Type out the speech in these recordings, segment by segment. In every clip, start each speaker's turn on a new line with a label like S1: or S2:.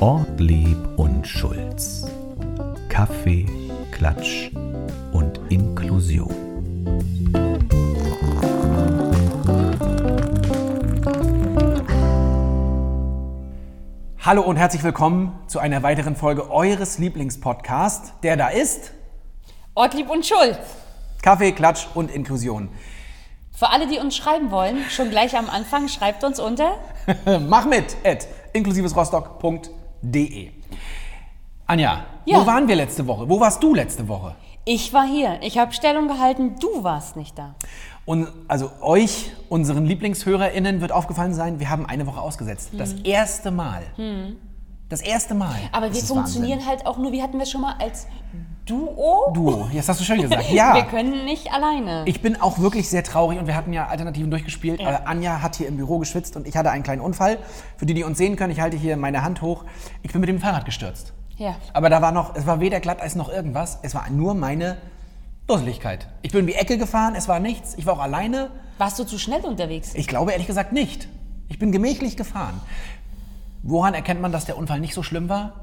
S1: Ortlieb und Schulz. Kaffee, Klatsch und Inklusion.
S2: Hallo und herzlich willkommen zu einer weiteren Folge eures Lieblingspodcasts. Der da ist
S3: Ortlieb und Schulz.
S2: Kaffee, Klatsch und Inklusion.
S3: Für alle, die uns schreiben wollen, schon gleich am Anfang, schreibt uns unter.
S2: Ähm, Mach mit at inklusivesrostock.de. Anja, wo
S3: Ja.
S2: waren wir letzte Woche? Wo warst du letzte Woche?
S3: Ich war hier. Ich habe Stellung gehalten. Du warst nicht da.
S2: Und also euch, unseren LieblingshörerInnen, wird aufgefallen sein, wir haben eine Woche ausgesetzt. Das erste Mal. Das erste Mal.
S3: Hm. Aber
S2: Das
S3: wir
S2: ist
S3: funktionieren halt auch nur, wie hatten wir schon mal, als Duo?
S2: Wahnsinn. Du, jetzt hast du schön gesagt. Ja.
S3: Wir können nicht alleine.
S2: Ich bin auch wirklich sehr traurig und wir hatten ja Alternativen durchgespielt. Äh, Anja hat hier im Büro geschwitzt und ich hatte einen kleinen Unfall. Für die, die uns sehen können, ich halte hier meine Hand hoch. Ich bin mit dem Fahrrad gestürzt.
S3: ja.
S2: Aber da war noch, es war weder Glatteis noch irgendwas. Es war nur meine Dusseligkeit. Ich bin in die Ecke gefahren, es war nichts. Ich war auch alleine.
S3: Warst du zu schnell unterwegs?
S2: Ich glaube ehrlich gesagt nicht. Ich bin gemächlich gefahren. Woran erkennt man, dass der Unfall nicht so schlimm war?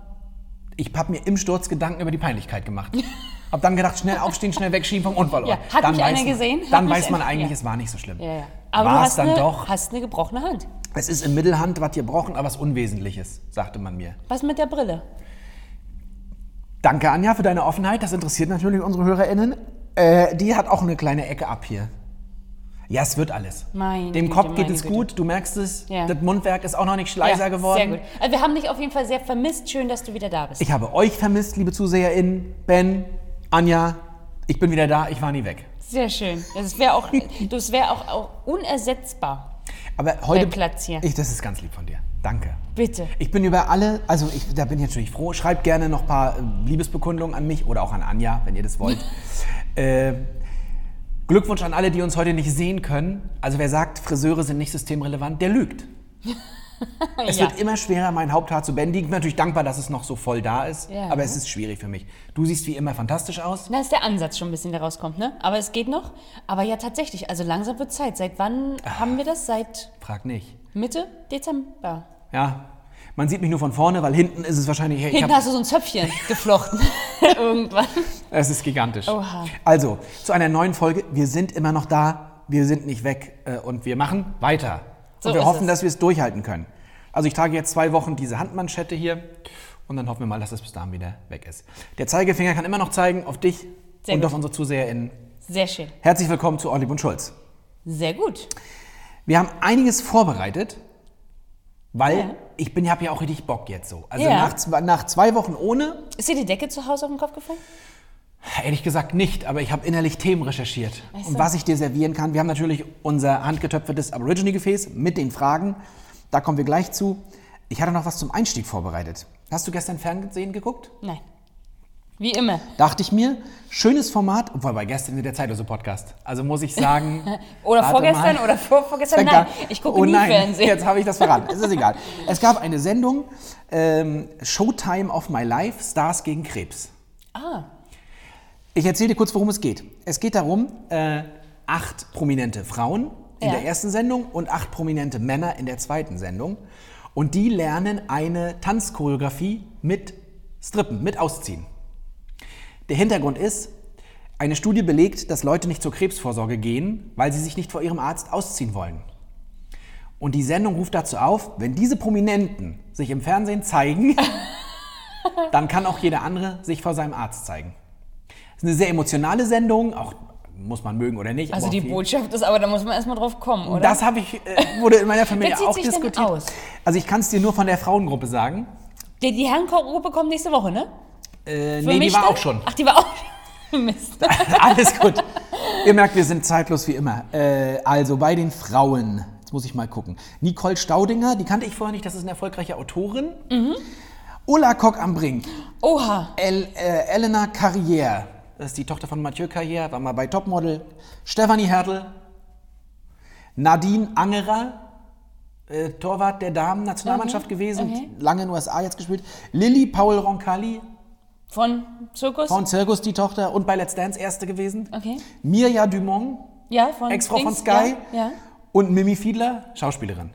S2: Ich habe mir im Sturz Gedanken über die Peinlichkeit gemacht. Hab dann gedacht, schnell aufstehen, schnell wegschieben vom Unfallort.
S3: Ja, hat
S2: dann
S3: mich
S2: weiß
S3: einer
S2: man,
S3: gesehen? Hat
S2: Dann
S3: mich
S2: weiß man
S3: einer-
S2: eigentlich,
S3: ja.
S2: es war nicht so schlimm.
S3: Ja, ja. Aber
S2: War's
S3: du hast
S2: dann
S3: eine,
S2: doch.
S3: hast eine gebrochene Hand.
S2: Es ist in Mittelhand, was gebrochen, aber es ist Unwesentliches, sagte man mir.
S3: Was mit der Brille?
S2: Danke, Anja, für deine Offenheit. Das interessiert natürlich unsere HörerInnen. Äh, die hat auch eine kleine Ecke ab hier. Ja, es wird alles.
S3: Meine
S2: Dem
S3: Güte,
S2: Kopf geht
S3: meine
S2: es
S3: Güte.
S2: gut, du merkst es.
S3: Ja.
S2: Das Mundwerk ist auch noch nicht leiser
S3: ja,
S2: geworden.
S3: Sehr gut. Also wir haben dich auf jeden Fall sehr vermisst. Schön, dass du wieder da bist.
S2: Ich habe euch vermisst, liebe ZuseherInnen. Ben, Anja, ich bin wieder da, ich war nie weg.
S3: sehr schön. Das wäre auch, das wär auch, auch unersetzbar.
S2: Aber heute.
S3: Dein Platz hier.
S2: Ich, das ist ganz lieb von dir. Danke.
S3: Bitte.
S2: Ich bin über alle, also ich, da bin ich natürlich froh. Schreibt gerne noch ein paar äh, Liebesbekundungen an mich oder auch an Anja, wenn ihr das wollt. äh, Glückwunsch an alle, die uns heute nicht sehen können. Also wer sagt, Friseure sind nicht systemrelevant, der lügt. Es
S3: ja.
S2: wird immer schwerer, mein Haupthaar zu bändigen. Ich bin natürlich dankbar, dass es noch so voll da ist,
S3: Ja.
S2: aber es ist schwierig für mich. Du siehst wie immer fantastisch aus.
S3: Na, dass der Ansatz schon ein bisschen daraus kommt, ne? Aber es geht noch. Aber ja, tatsächlich, also langsam wird Zeit. Seit wann haben wir das? Seit
S2: Frag nicht.
S3: Mitte Dezember.
S2: Ja, man sieht mich nur von vorne, weil hinten ist es wahrscheinlich. ich
S3: Hinten
S2: hab-
S3: hast du so ein Zöpfchen geflochten. Irgendwann.
S2: Es ist gigantisch.
S3: Oha.
S2: Also, zu einer neuen Folge. Wir sind immer noch da, wir sind nicht weg äh, und wir machen weiter.
S3: So
S2: und wir
S3: ist
S2: hoffen,
S3: es.
S2: dass wir es durchhalten können. Also, ich trage jetzt zwei Wochen diese Handmanschette hier und dann hoffen wir mal, dass es bis dahin wieder weg ist. Der Zeigefinger kann immer noch zeigen auf dich
S3: Sehr
S2: und
S3: gut.
S2: auf unsere ZuseherInnen.
S3: Sehr schön.
S2: Herzlich willkommen zu Orlieb und Schulz.
S3: Sehr gut.
S2: Wir haben einiges vorbereitet, weil
S3: Ja.
S2: ich bin, habe ja auch richtig Bock jetzt so. Also,
S3: Ja.
S2: nach, zw- nach zwei Wochen ohne
S3: Ist dir die Decke zu Hause auf den Kopf gefallen?
S2: Ehrlich gesagt nicht, aber ich habe innerlich Themen recherchiert.
S3: Ach so.
S2: Und was ich dir servieren kann, wir haben natürlich unser handgetöpfertes Aborigine-Gefäß mit den Fragen. Da kommen wir gleich zu. Ich hatte noch was zum Einstieg vorbereitet. Hast du gestern Fernsehen geguckt?
S3: Nein. Wie immer.
S2: Dachte ich mir, schönes Format, obwohl bei gestern mit der zeitlose Podcast. Also muss ich sagen.
S3: Oder
S2: warte
S3: vorgestern
S2: mal.
S3: oder vor, vorgestern.
S2: Fängt
S3: Oh Nein,
S2: an.
S3: ich gucke
S2: oh
S3: nie
S2: nein,
S3: Fernsehen.
S2: Jetzt habe ich das verraten. Es ist egal. Es gab eine Sendung, ähm, Showtime of My Life, Stars gegen Krebs.
S3: Ah,
S2: Ich erzähle dir kurz, worum es geht. Es geht darum, äh, acht prominente Frauen in
S3: Ja.
S2: der ersten Sendung und acht prominente Männer in der zweiten Sendung. Und die lernen eine Tanzchoreografie mit Strippen, mit Ausziehen. Der Hintergrund ist, eine Studie belegt, dass Leute nicht zur Krebsvorsorge gehen, weil sie sich nicht vor ihrem Arzt ausziehen wollen. Und die Sendung ruft dazu auf, wenn diese Prominenten sich im Fernsehen zeigen, dann kann auch jeder andere sich vor seinem Arzt zeigen. Es ist eine sehr emotionale Sendung, auch muss man mögen oder nicht.
S3: also
S2: aber
S3: die
S2: auch viel-
S3: Botschaft ist aber, da muss man erstmal drauf kommen, oder?
S2: Das habe ich, äh, wurde in meiner Familie
S3: Wer zieht
S2: auch
S3: sich denn
S2: diskutiert.
S3: aus?
S2: Also ich kann es dir nur von der Frauengruppe sagen.
S3: die die Herrengruppe kommt nächste Woche, ne?
S2: Äh,
S3: Für
S2: nee, die
S3: mich
S2: war
S3: dann?
S2: auch schon.
S3: Ach, die war auch schon. Mist.
S2: Alles gut. Ihr merkt, wir sind zeitlos wie immer. Äh, also bei den Frauen. Jetzt muss ich mal gucken. Nicole Staudinger, die kannte ich vorher nicht, das ist eine erfolgreiche Autorin.
S3: Mhm.
S2: Ulla Kock am Brink.
S3: Oha.
S2: El, äh, Elena Carrière. Das ist die Tochter von Mathieu Carrière, war mal bei Topmodel. Stefanie Hertel. Nadine Angerer. Äh, Torwart der Damen-Nationalmannschaft
S3: Mhm.
S2: gewesen,
S3: okay.
S2: lange in den USA jetzt gespielt. Lilly Paul Roncalli,
S3: Von Zirkus?
S2: von Zirkus die Tochter und bei Let's Dance Erste gewesen.
S3: Okay.
S2: Mirja Dumont,
S3: Ja, von
S2: Ex-Frau von
S3: Dings,
S2: Sky.
S3: Ja, ja.
S2: Und Mimi Fiedler, Schauspielerin.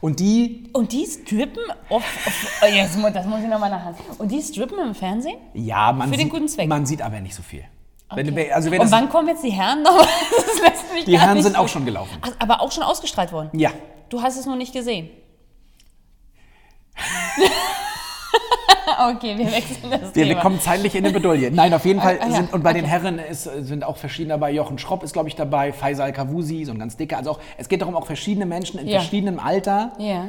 S2: Und die,
S3: Und die strippen. Auf, auf, oh, jetzt, mu- das muss ich nochmal nachhaken. Und die strippen im Fernsehen?
S2: ja, man,
S3: Für den
S2: sieht-
S3: guten Zweck.
S2: man sieht aber nicht so viel. Wenn,
S3: Okay.
S2: wer- also wer
S3: Und
S2: das,
S3: wann kommen jetzt die Herren nochmal? Das lässt mich
S2: die
S3: gar
S2: Herren
S3: nicht
S2: sind
S3: so-
S2: auch schon gelaufen.
S3: Ach, aber auch schon ausgestrahlt worden.
S2: Ja.
S3: Du hast es nur nicht gesehen. okay, wir wechseln das
S2: Wir, wir
S3: Thema.
S2: kommen zeitlich in eine Bedouille. Nein, auf jeden Fall
S3: Ah, ah, ja.
S2: sind, und bei den Herren ist, sind auch verschiedene dabei. Jochen Schropp ist, glaube ich, dabei, Faisal Kavusi, so ein ganz dicker. Also auch, es geht darum, auch verschiedene Menschen in
S3: Ja.
S2: verschiedenem Alter.
S3: ja.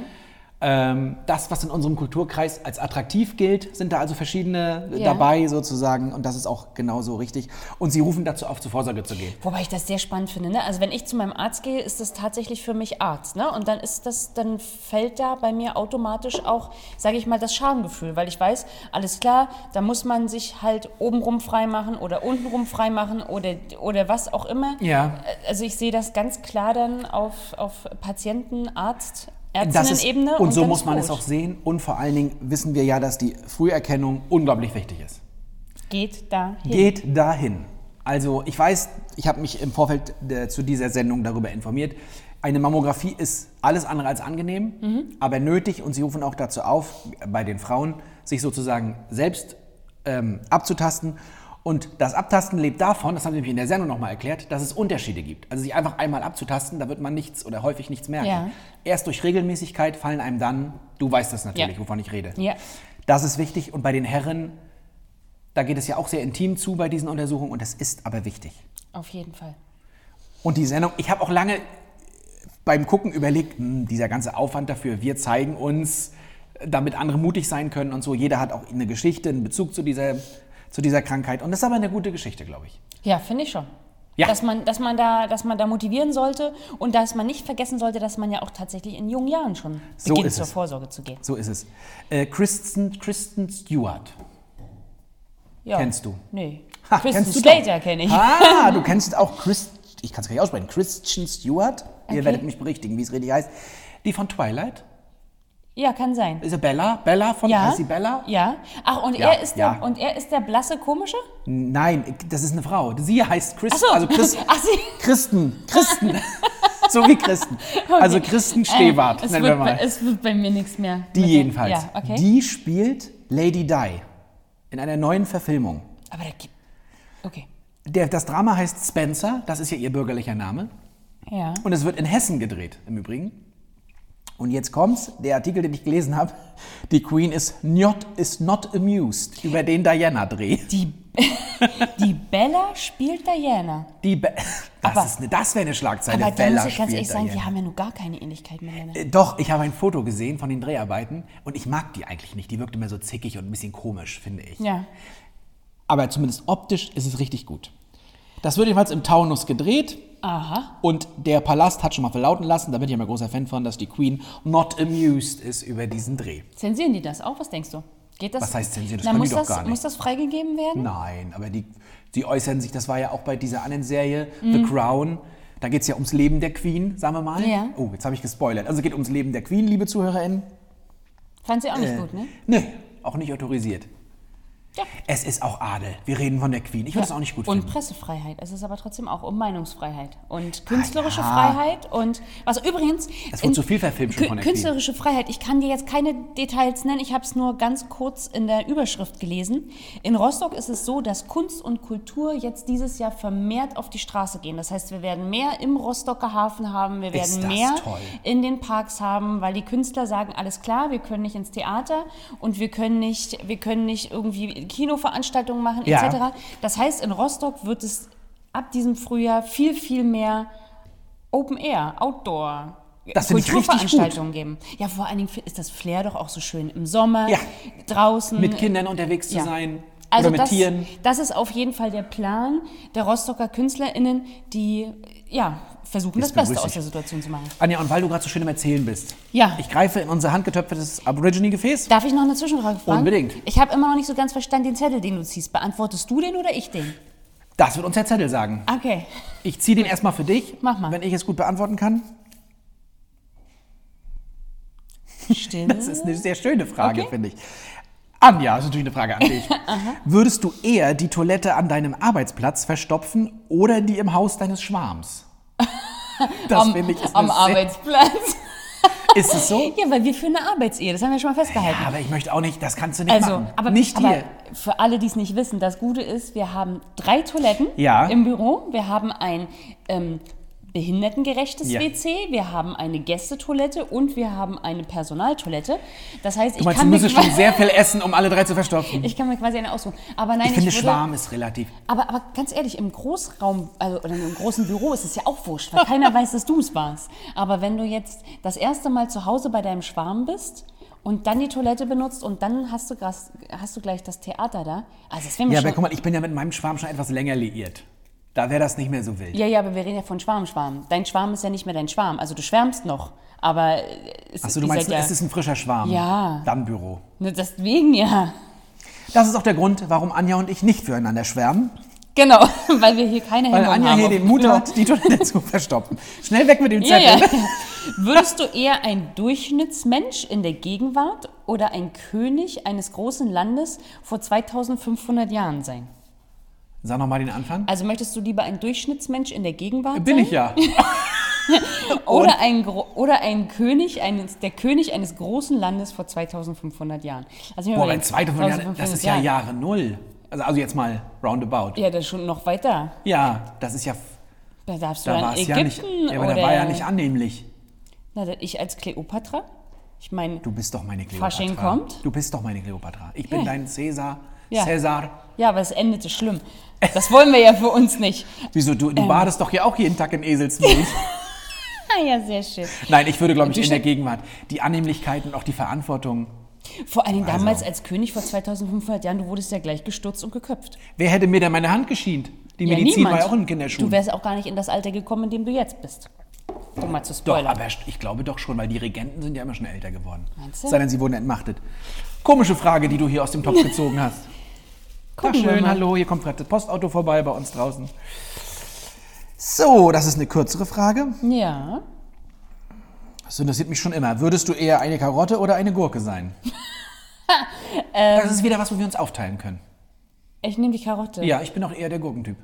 S2: Ähm, das, was in unserem Kulturkreis als attraktiv gilt, sind da also verschiedene
S3: Ja.
S2: dabei sozusagen. Und das ist auch genauso richtig. Und sie rufen dazu auf, zur Vorsorge zu gehen.
S3: Wobei ich das sehr spannend finde. Ne? Also wenn ich zu meinem Arzt gehe, ist das tatsächlich für mich Arzt. Ne? Und dann ist das, dann fällt da bei mir automatisch auch, sage ich mal, das Schamgefühl, weil ich weiß, alles klar, da muss man sich halt obenrum freimachen oder untenrum freimachen oder, oder was auch immer.
S2: Ja.
S3: Äh, Also ich sehe das ganz klar dann auf, auf Patienten, Arzt,
S2: Das ist,
S3: Ärztinnen-Ebene.
S2: und so
S3: dann
S2: muss
S3: ist
S2: man
S3: gut.
S2: es auch sehen. Und vor allen Dingen wissen wir ja, dass die Früherkennung unglaublich wichtig ist.
S3: Geht da hin.
S2: Geht dahin. Also ich weiß, ich habe mich im Vorfeld äh, zu dieser Sendung darüber informiert. Eine Mammographie ist alles andere als angenehm,
S3: Mhm.
S2: aber nötig und sie rufen auch dazu auf, bei den Frauen sich sozusagen selbst ähm, abzutasten. Und das Abtasten lebt davon, das haben sie nämlich in der Sendung nochmal erklärt, dass es Unterschiede gibt. Also sich einfach einmal abzutasten, da wird man nichts oder häufig nichts merken.
S3: Ja.
S2: Erst durch Regelmäßigkeit fallen einem dann, du weißt das natürlich,
S3: Ja.
S2: wovon ich rede.
S3: Ja.
S2: Das ist wichtig und bei den Herren da geht es ja auch sehr intim zu bei diesen Untersuchungen und das ist aber wichtig.
S3: Auf jeden Fall.
S2: Und die Sendung, ich habe auch lange beim Gucken überlegt, hm, dieser ganze Aufwand dafür, wir zeigen uns, damit andere mutig sein können und so. Jeder hat auch eine Geschichte, einen Bezug zu dieser, zu dieser Krankheit. Und das ist aber eine gute Geschichte, glaube ich.
S3: Ja, finde ich schon.
S2: Ja.
S3: Dass, man, dass, man da, dass man da motivieren sollte und dass man nicht vergessen sollte, dass man ja auch tatsächlich in jungen Jahren schon
S2: So
S3: beginnt,
S2: ist
S3: zur
S2: es.
S3: Vorsorge zu gehen.
S2: So ist es. Äh, Kristen, Kristen Stewart.
S3: Ja.
S2: Kennst du?
S3: Nee.
S2: Ha,
S3: Kristen
S2: kennst du
S3: Slater
S2: doch.
S3: kenne ich.
S2: Ah, du kennst auch Chris, ich kann es gar nicht aussprechen, Christian Stewart. Ihr
S3: Okay.
S2: werdet mich berichtigen, wie es richtig heißt. Die von Twilight.
S3: Ja, kann sein.
S2: Isabella, Bella von
S3: Ja.
S2: heißt sie Bella?
S3: Ja. Ach, und,
S2: Ja,
S3: er ist der,
S2: ja.
S3: und er ist der blasse Komische?
S2: Nein, das ist eine Frau. Sie heißt Christen.
S3: Ach so.
S2: Also Christ,
S3: Ach, sie.
S2: Christen. Christen. so wie Christen. Also Christen Stewart,
S3: es,
S2: nennen
S3: wird
S2: wir mal.
S3: Bei, es wird bei mir nichts mehr.
S2: die
S3: Mit der-
S2: jedenfalls.
S3: Ja, okay.
S2: Die spielt Lady Di in einer neuen Verfilmung.
S3: Aber da gibt. Okay.
S2: Der, das Drama heißt Spencer, das ist ja ihr bürgerlicher Name.
S3: Ja.
S2: Und es wird in Hessen gedreht, im Übrigen. Und jetzt kommt's, der Artikel, den ich gelesen habe, die Queen is not, is not amused über den Diana-Dreh.
S3: Die, die Bella spielt Diana.
S2: Die Be das,
S3: Aber-
S2: ist eine, das wäre eine Schlagzeile.
S3: Aber da
S2: Bella
S3: muss ich ganz
S2: spielt
S3: ehrlich sagen,
S2: Diana.
S3: die haben ja nur gar keine Ähnlichkeit miteinander.
S2: Äh, Doch, ich habe ein Foto gesehen von den Dreharbeiten und ich mag die eigentlich nicht. Die wirkt immer so zickig und ein bisschen komisch, finde ich.
S3: Ja.
S2: Aber zumindest optisch ist es richtig gut. Das wird jedenfalls im Taunus gedreht
S3: Aha.
S2: und der Palast hat schon mal verlauten lassen, da bin ich immer großer Fan von, dass die Queen not amused ist über diesen Dreh.
S3: Zensieren die das auch? Was denkst du? Geht das?
S2: Was heißt zensieren? Das
S3: Na,
S2: können
S3: muss
S2: die doch
S3: das,
S2: gar nicht.
S3: Muss das freigegeben werden?
S2: Nein, aber die, die äußern sich, das war ja auch bei dieser anderen Serie,
S3: Mhm.
S2: The Crown. Da geht es ja ums Leben der Queen, sagen wir mal.
S3: Ja.
S2: Oh, jetzt habe ich gespoilert. Also es geht ums Leben der Queen, liebe ZuhörerInnen.
S3: Fand sie auch
S2: äh,
S3: nicht gut, ne?
S2: Nee, auch nicht autorisiert.
S3: Ja.
S2: Es ist auch Adel. Wir reden von der Queen. Ich würde es auch nicht gut
S3: Und
S2: finden. Ah,
S3: Pressefreiheit. Es ist aber trotzdem auch um Meinungsfreiheit und künstlerische
S2: ja.
S3: Freiheit und was übrigens.
S2: Es wurde
S3: in-
S2: zu viel verfilmt schon
S3: Kü-
S2: von der Queen.
S3: Künstlerische Freiheit. Ich kann dir jetzt keine Details nennen. Ich habe es nur ganz kurz in der Überschrift gelesen. In Rostock ist es so, dass Kunst und Kultur jetzt dieses Jahr vermehrt auf die Straße gehen. Das heißt, wir werden mehr im Rostocker Hafen haben. Wir
S2: Ist
S3: werden
S2: das
S3: mehr
S2: toll.
S3: in den Parks haben, weil die Künstler sagen, alles klar, wir können nicht ins Theater und wir können nicht, wir können nicht irgendwie Kinoveranstaltungen machen,
S2: Ja.
S3: etc. Das heißt, in Rostock wird es ab diesem Frühjahr viel, viel mehr Open Air, Outdoor.
S2: Das finde ich richtig
S3: Kulturveranstaltungen geben. Ja, vor allen Dingen ist das Flair doch auch so schön im Sommer,
S2: Ja.
S3: draußen.
S2: Mit Kindern unterwegs zu
S3: Ja.
S2: sein
S3: Also
S2: oder mit
S3: das,
S2: Tieren.
S3: das ist auf jeden Fall der Plan der Rostocker KünstlerInnen, die ja, versuchen,
S2: Das
S3: das Beste
S2: begrüße
S3: aus
S2: ich.
S3: der Situation zu machen.
S2: Anja, und weil du gerade so schön im Erzählen bist.
S3: Ja.
S2: Ich greife in unser handgetöpfertes Aborigine-Gefäß.
S3: Darf ich noch eine Zwischenfrage fragen?
S2: Unbedingt.
S3: Ich habe immer noch nicht so ganz verstanden den Zettel, den du ziehst. Beantwortest du den oder ich den?
S2: Das wird uns der Zettel sagen.
S3: Okay.
S2: Ich ziehe den erstmal für dich.
S3: Mach mal.
S2: Wenn ich es gut beantworten kann.
S3: Still.
S2: Das ist eine sehr schöne Frage,
S3: Okay.
S2: finde ich. Anja, das ist natürlich eine Frage an dich. Würdest du eher die Toilette an deinem Arbeitsplatz verstopfen oder die im Haus deines Schwarms? Das
S3: am,
S2: finde ich ist
S3: am
S2: eine sehr-
S3: Arbeitsplatz.
S2: Ist es so?
S3: Ja, weil wir führen eine Arbeitsehe, das haben wir schon mal festgehalten.
S2: Aber ich möchte auch nicht, das kannst du nicht
S3: Also,
S2: machen.
S3: aber,
S2: nicht
S3: aber
S2: hier.
S3: für alle, die es nicht wissen, das Gute ist, wir haben drei Toiletten
S2: Ja.
S3: im Büro. Wir haben ein ähm, behindertengerechtes
S2: Ja.
S3: WC, wir haben eine Gästetoilette und wir haben eine Personaltoilette. Das heißt,
S2: Du
S3: ich,
S2: meinst, du
S3: kann mir
S2: müsstest schon
S3: quasi,
S2: sehr viel essen, um alle drei zu verstopfen. Ich,
S3: ich kann mir quasi eine aussuchen. Aber nein, ich,
S2: finde,
S3: würde,
S2: Schwarm ist relativ.
S3: aber, aber ganz ehrlich, im Großraum, also oder im großen Büro ist es ja auch wurscht, weil keiner weiß, dass du es warst. Aber wenn du jetzt das erste Mal zu Hause bei deinem Schwarm bist und dann die Toilette benutzt und dann hast du, gras- hast du gleich das Theater da, also das wäre mir
S2: Ja, aber guck
S3: schon...
S2: mal, ich bin ja mit meinem Schwarm schon etwas länger liiert. Da wäre das nicht mehr so wild.
S3: Ja, ja, aber wir reden ja von Schwarm-Schwarm. Dein Schwarm ist ja nicht mehr dein Schwarm. Also du schwärmst noch, aber es
S2: Achso, du
S3: dieser
S2: meinst,
S3: Ger-
S2: es ist ein frischer Schwarm.
S3: Ja.
S2: Dann Büro.
S3: Ne, Deswegen ja.
S2: Das ist auch der Grund, warum Anja und ich nicht füreinander schwärmen,
S3: Genau, weil wir hier keine
S2: weil
S3: Hemmung
S2: Anja
S3: haben.
S2: hier den Mut
S3: Ja.
S2: hat, die Toilette zu verstopfen. Schnell weg mit dem
S3: Ja,
S2: Zettel.
S3: ja. Würdest du eher ein Durchschnittsmensch in der Gegenwart oder ein König eines großen Landes vor 2500 Jahren sein?
S2: Sag nochmal den Anfang.
S3: Also möchtest du lieber ein Durchschnittsmensch in der Gegenwart
S2: Bin
S3: sein?
S2: ich ja.
S3: Oder ein, Gro oder ein König, eines, der König eines großen Landes vor 2500 Jahren? Also ich mir
S2: Boah,
S3: überlege,
S2: mein zweiter von Jahren, das ist ja
S3: 2500
S2: Jahre Null. Also, also jetzt mal roundabout.
S3: Ja, das ist schon noch weiter.
S2: Ja, das ist ja,
S3: Da darfst du
S2: da
S3: dann
S2: war es ja nicht,
S3: Ägypten
S2: ja, aber
S3: oder
S2: da war ja nicht annehmlich.
S3: Na, ich als Kleopatra? Ich meine,
S2: Du bist doch meine Kleopatra.
S3: Fasching kommt.
S2: Du bist doch meine Kleopatra. Ich bin
S3: Ja.
S2: dein Cäsar.
S3: Ja.
S2: Cäsar.
S3: ja, aber es endete schlimm. Das wollen wir ja für uns nicht.
S2: Wieso, du,
S3: Ähm.
S2: du badest doch hier auch jeden Tag in Eselsmilch.
S3: Ah ja, sehr schön.
S2: Nein, ich würde, glaube ich,
S3: Du
S2: in der
S3: steck-
S2: Gegenwart die Annehmlichkeiten und auch die Verantwortung.
S3: Vor allen Dingen
S2: Also.
S3: damals als König vor 2500 Jahren, du wurdest ja gleich gestürzt und geköpft.
S2: Wer hätte mir denn meine Hand geschient? Die
S3: Ja,
S2: Medizin war
S3: niemand.
S2: ja auch in Kinderschuhen.
S3: Du wärst auch gar nicht in das Alter gekommen, in dem du jetzt bist. Um mal zu
S2: doch,
S3: spoilern.
S2: aber ich glaube doch schon, weil die Regenten sind ja immer schon älter geworden.
S3: Meinst du?
S2: Sei denn, sie wurden entmachtet. Komische Frage, die du hier aus dem Topf gezogen hast. Tag
S3: Gucken wir
S2: schön,
S3: mal.
S2: hallo, hier kommt gerade das Postauto vorbei bei uns draußen. So, das ist eine kürzere Frage.
S3: ja.
S2: Das interessiert mich schon immer. Würdest du eher eine Karotte oder eine Gurke sein?
S3: Ähm.
S2: das ist wieder was, wo wir uns aufteilen können.
S3: Ich nehme die Karotte.
S2: Ja, ich bin auch eher der Gurkentyp.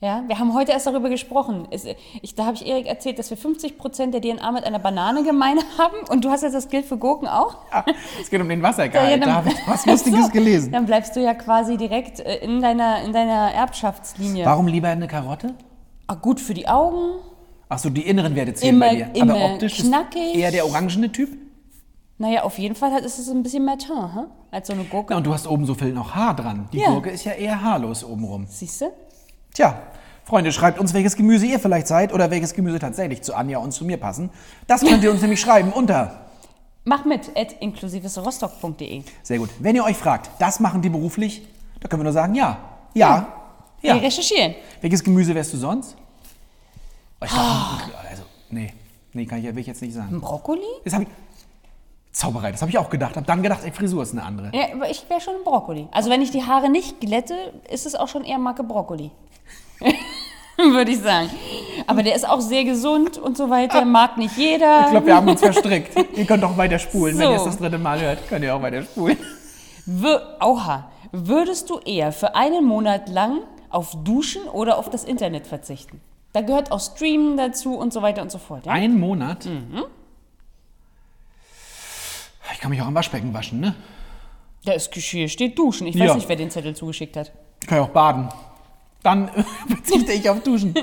S3: Ja, wir haben heute erst darüber gesprochen. Es- Ich, da habe ich Erik erzählt, dass wir 50% der DNA mit einer Banane gemein haben. Und du hast jetzt das Gilt für Gurken auch.
S2: Ah, es geht um den Wassergehalt. da habe ich was Lustiges
S3: genau. So,
S2: gelesen.
S3: Dann bleibst du ja quasi direkt äh, in deiner, in deiner Erbschaftslinie.
S2: Warum lieber eine Karotte?
S3: Ah, gut für die Augen.
S2: Achso, die inneren Werte zählen
S3: Immer-
S2: bei dir.
S3: immer
S2: Aber optisch
S3: knackig.
S2: ist eher der orangene Typ.
S3: Naja, auf jeden Fall hat- ist es ein bisschen mehr Teint, hä? als so eine Gurke.
S2: Na, und du hast oben so viel noch Haar dran. Die
S3: Ja.
S2: Gurke ist ja eher haarlos obenrum.
S3: Siehst du?
S2: Tja, Freunde, schreibt uns, welches Gemüse ihr vielleicht seid oder welches Gemüse tatsächlich zu Anja und zu mir passen. Das könnt ihr uns nämlich schreiben unter.
S3: Mach mit, at inklusivesrostock.de.
S2: Sehr gut. Wenn ihr euch fragt, das machen die beruflich, da können wir nur sagen, ja. Ja. Ja.
S3: Wir recherchieren.
S2: Welches Gemüse wärst du sonst? Oh, Ich
S3: Ah.
S2: dachte, also, nee. Nee, kann ich, will ich jetzt nicht sagen.
S3: Ein Brokkoli?
S2: Das habe ich. Zauberei, das habe ich auch gedacht. Habe dann gedacht, ey, Frisur ist eine andere.
S3: Ja, aber ich wäre schon ein Brokkoli. Also wenn ich die Haare nicht glätte, ist es auch schon eher Marke Brokkoli. Würde ich sagen. Aber der ist auch sehr gesund und so weiter. Mag nicht jeder.
S2: Ah. Ich glaube, wir haben uns verstrickt. ihr könnt auch weiter spulen. Wenn
S3: So.
S2: ihr es das dritte Mal hört, könnt ihr auch weiter spulen.
S3: Wür- Oha. Würdest du eher für einen Monat lang auf Duschen oder auf das Internet verzichten? Da gehört auch Streamen dazu und so weiter und so fort. Ja?
S2: Ein Monat.
S3: Mhm.
S2: Ich kann mich auch am Waschbecken waschen, ne?
S3: Da ist Geschirr, steht Duschen. Ich weiß
S2: Ja.
S3: nicht, wer den Zettel zugeschickt hat.
S2: Ich kann ja auch baden. Dann verzichte ich auf Duschen.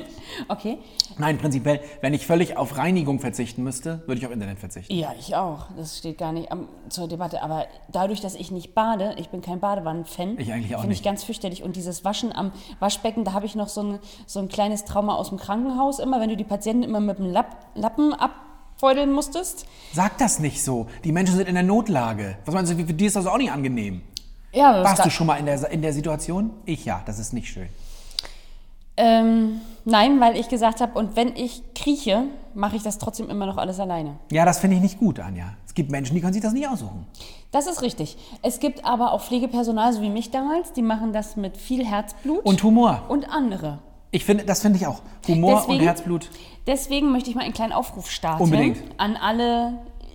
S3: Okay.
S2: Nein, prinzipiell, wenn ich völlig auf Reinigung verzichten müsste, würde ich auf Internet verzichten.
S3: Ja, ich auch. Das steht gar nicht am, zur Debatte. Aber dadurch, dass ich nicht bade, ich bin kein Badewannen-Fan,
S2: Ich eigentlich auch
S3: finde ich
S2: nicht.
S3: ganz fürchterlich. Und dieses Waschen am Waschbecken, da habe ich noch so ein, so ein kleines Trauma aus dem Krankenhaus immer, wenn du die Patienten immer mit dem Lapp, Lappen abfeudeln musstest.
S2: Sag das nicht so. Die Menschen sind in der Notlage. Was meinst du, für die ist das auch nicht angenehm?
S3: Ja, aber
S2: Warst
S3: das-
S2: du schon mal in der, in der Situation? Ich ja, das ist nicht schön.
S3: Ähm, nein, weil ich gesagt habe, und wenn ich krieche, mache ich das trotzdem immer noch alles alleine.
S2: Ja, das finde ich nicht gut, Anja. Es gibt Menschen, die können sich das nicht aussuchen.
S3: Das ist richtig. Es gibt aber auch Pflegepersonal, so wie mich damals, die machen das mit viel Herzblut
S2: Und Humor.
S3: und andere.
S2: Ich finde, das finde ich auch. Humor und
S3: Deswegen-
S2: Herzblut.
S3: Deswegen möchte ich mal einen kleinen Aufruf starten
S2: Unbedingt.
S3: an alle,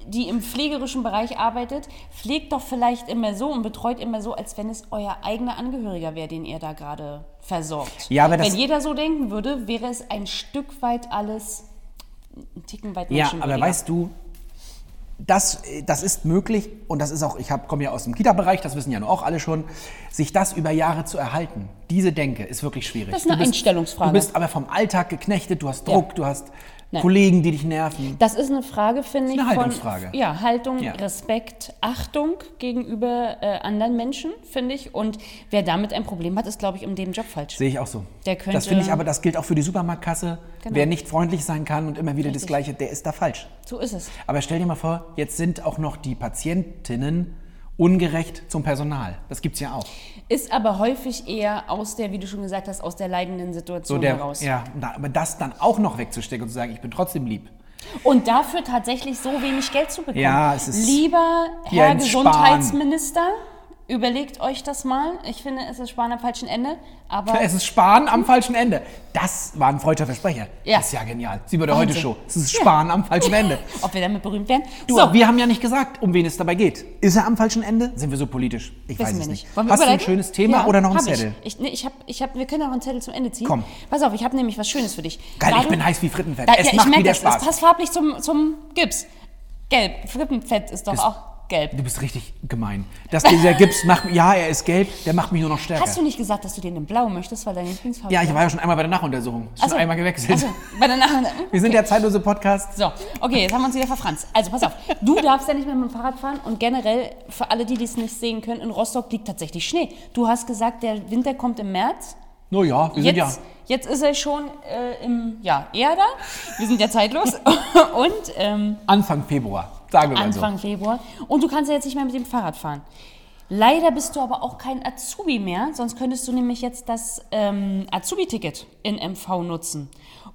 S3: die im pflegerischen Bereich arbeitet. Pflegt doch vielleicht immer so und betreut immer so, als wenn es euer eigener Angehöriger wäre, den ihr da gerade versorgt.
S2: Ja, aber das-
S3: wenn jeder so denken würde, wäre es ein Stück weit alles einen Ticken weit
S2: Ja,
S3: menschenwürdiger.
S2: aber weißt du, das, äh, das ist möglich und das ist auch, ich komme ja aus dem Kita-Bereich, das wissen ja nur auch alle schon, sich das über Jahre zu erhalten, diese Denke ist wirklich schwierig.
S3: Das ist eine
S2: Du bist-
S3: Einstellungsfrage.
S2: Du bist aber vom Alltag geknechtet, du hast Druck,
S3: Ja.
S2: du hast
S3: Nein.
S2: Kollegen, die dich nerven.
S3: Das ist eine Frage, finde ich.
S2: eine
S3: von-
S2: Haltungsfrage.
S3: ja, Haltung,
S2: Ja.
S3: Respekt, Achtung gegenüber äh, anderen Menschen, finde ich. Und wer damit ein Problem hat, ist, glaube ich, in dem Job falsch.
S2: Sehe ich auch so.
S3: Der könnte-
S2: das finde ich aber, das gilt auch für die Supermarktkasse.
S3: Genau.
S2: Wer nicht freundlich sein kann und immer wieder das
S3: Richtig.
S2: Gleiche, der ist da falsch.
S3: so ist es.
S2: Aber stell dir mal vor, jetzt sind auch noch die Patientinnen ungerecht zum Personal. Das gibt's ja auch.
S3: Ist aber häufig eher aus der, wie du schon gesagt hast, aus der leidenden Situation
S2: So der,
S3: heraus.
S2: ja, na, aber das dann auch noch wegzustecken und zu sagen, ich bin trotzdem lieb.
S3: Und dafür tatsächlich so wenig Geld zu bekommen.
S2: Ja, es ist-
S3: Lieber
S2: Hier
S3: Herr
S2: in Spahn.
S3: Gesundheitsminister, überlegt euch das mal. Ich finde, es ist Spahn am falschen Ende. Aber
S2: Es ist Spahn am falschen Ende. Das war ein freudscher Versprecher.
S3: Ja.
S2: Das ist ja genial. Sieht man der heute
S3: Wahnsinn.
S2: Show. Es ist Spahn am falschen Ende.
S3: ob wir damit berühmt werden?
S2: Du,
S3: so,
S2: wir haben ja nicht gesagt, um wen es dabei geht. Ist er am falschen Ende? Sind wir so politisch? Ich weiß
S3: wissen
S2: es
S3: wir
S2: nicht.
S3: nicht. Wollen wir
S2: Hast du ein
S3: überleiten?
S2: schönes Thema
S3: Ja,
S2: oder noch einen
S3: hab
S2: Zettel?
S3: Ich, ich, nee, ich hab, ich hab, wir können auch einen Zettel zum Ende ziehen.
S2: Komm.
S3: Pass auf, ich habe nämlich was Schönes für dich.
S2: Geil, ich
S3: Dadurch-
S2: bin heiß wie Frittenfett.
S3: Da,
S2: es
S3: ja, ich
S2: macht
S3: merke,
S2: wieder
S3: das,
S2: Spaß.
S3: das passt farblich zum, zum Gips. Gelb. Frippenfett ist doch
S2: Ist-
S3: auch gelb.
S2: Du bist richtig gemein. Dass dieser Gips macht, ja, er ist gelb, der macht mich nur noch stärker.
S3: Hast du nicht gesagt, dass du den in blau möchtest, weil deine Lieblingsfarbe
S2: ja, ich
S3: blau
S2: war ja schon einmal bei der Nachuntersuchung. Schon
S3: Ach so.
S2: einmal gewechselt.
S3: Ach so, bei der Nach-
S2: Wir sind der zeitlose Podcast.
S3: So, okay, jetzt haben wir uns wieder verfranst. Also pass auf, du darfst ja nicht mehr mit dem Fahrrad fahren und generell, für alle, die dies nicht sehen können, in Rostock liegt tatsächlich Schnee. Du hast gesagt, der Winter kommt im März.
S2: No, ja, wir sind
S3: Jetzt,
S2: Also ja.
S3: jetzt ist er schon äh, im, ja, eher da. Wir sind ja zeitlos. Und ähm,
S2: Anfang Februar, sagen wir mal
S3: Anfang Februar. Und du kannst ja jetzt nicht mehr mit dem Fahrrad fahren. Leider bist du aber auch kein Azubi mehr, sonst könntest du nämlich jetzt das ähm, Azubi-Ticket in MV nutzen.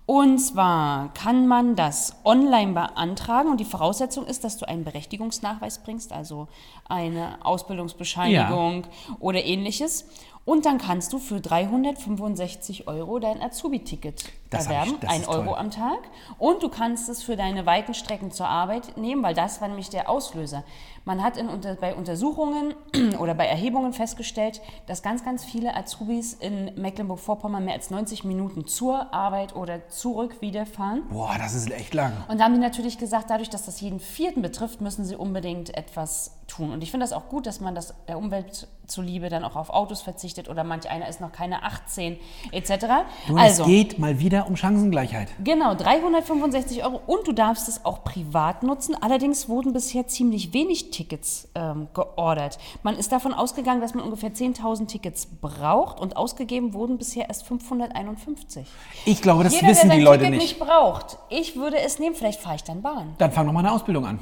S3: Und zwar kann man das online beantragen und die Voraussetzung ist, dass du einen Berechtigungsnachweis bringst, also eine Ausbildungsbescheinigung oder ähnliches. Und dann kannst du für 365 Euro dein Azubi-Ticket
S2: Das hab ich-
S3: erwerben,
S2: das
S3: ein
S2: ist
S3: Euro
S2: toll.
S3: am Tag und du kannst es für deine weiten Strecken zur Arbeit nehmen, weil das war nämlich der Auslöser. Man hat in, unter, bei Untersuchungen oder bei Erhebungen festgestellt, dass ganz, ganz viele Azubis in Mecklenburg-Vorpommern mehr als 90 Minuten zur Arbeit oder zurück wieder fahren.
S2: so. Boah, das ist echt lang.
S3: Und da haben die natürlich gesagt, dadurch, dass das jeden Vierten betrifft, müssen sie unbedingt etwas tun. Und ich finde das auch gut, dass man das der Umwelt zuliebe dann auch auf Autos verzichtet oder manch einer ist noch keine 18 etc.
S2: Nun,
S3: Also,
S2: es geht mal wieder um Chancengleichheit.
S3: Genau, 365 Euro und du darfst es auch privat nutzen. Allerdings wurden bisher ziemlich wenig Tickets ähm, geordert. Man ist davon ausgegangen, dass man ungefähr 10.000 Tickets braucht und ausgegeben wurden bisher erst 551.
S2: Ich glaube, das
S3: Jeder,
S2: wissen
S3: der sein
S2: die Leute
S3: Ticket
S2: nicht.
S3: nicht braucht, ich würde es nehmen, vielleicht fahre ich dann Bahn.
S2: Dann fang noch mal eine Ausbildung an.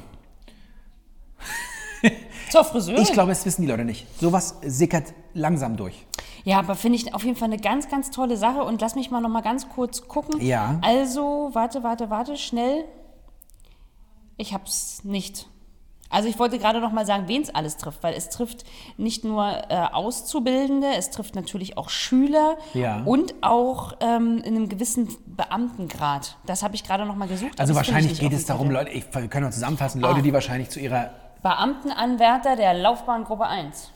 S3: Zur Friseurin.
S2: Ich glaube, es wissen die Leute nicht. Sowas sickert langsam durch.
S3: Ja, aber finde ich auf jeden Fall eine ganz, ganz tolle Sache. Und lass mich mal noch mal ganz kurz gucken.
S2: Ja.
S3: Also, warte, warte, warte, schnell. Ich hab's nicht. Also ich wollte gerade noch mal sagen, wen es alles trifft, weil es trifft nicht nur äh, Auszubildende, es trifft natürlich auch Schüler
S2: Ja.
S3: und auch ähm, in einem gewissen Beamtengrad. Das habe ich gerade noch mal gesucht.
S2: Also
S3: aber das finde ich
S2: wahrscheinlich
S3: nicht
S2: geht
S3: auf
S2: es
S3: dem
S2: darum,
S3: Zettel.
S2: Leute, ich, wir können auch zusammenfassen, Leute,
S3: Ah.
S2: die wahrscheinlich zu ihrer,
S3: Beamtenanwärter der Laufbahngruppe 1.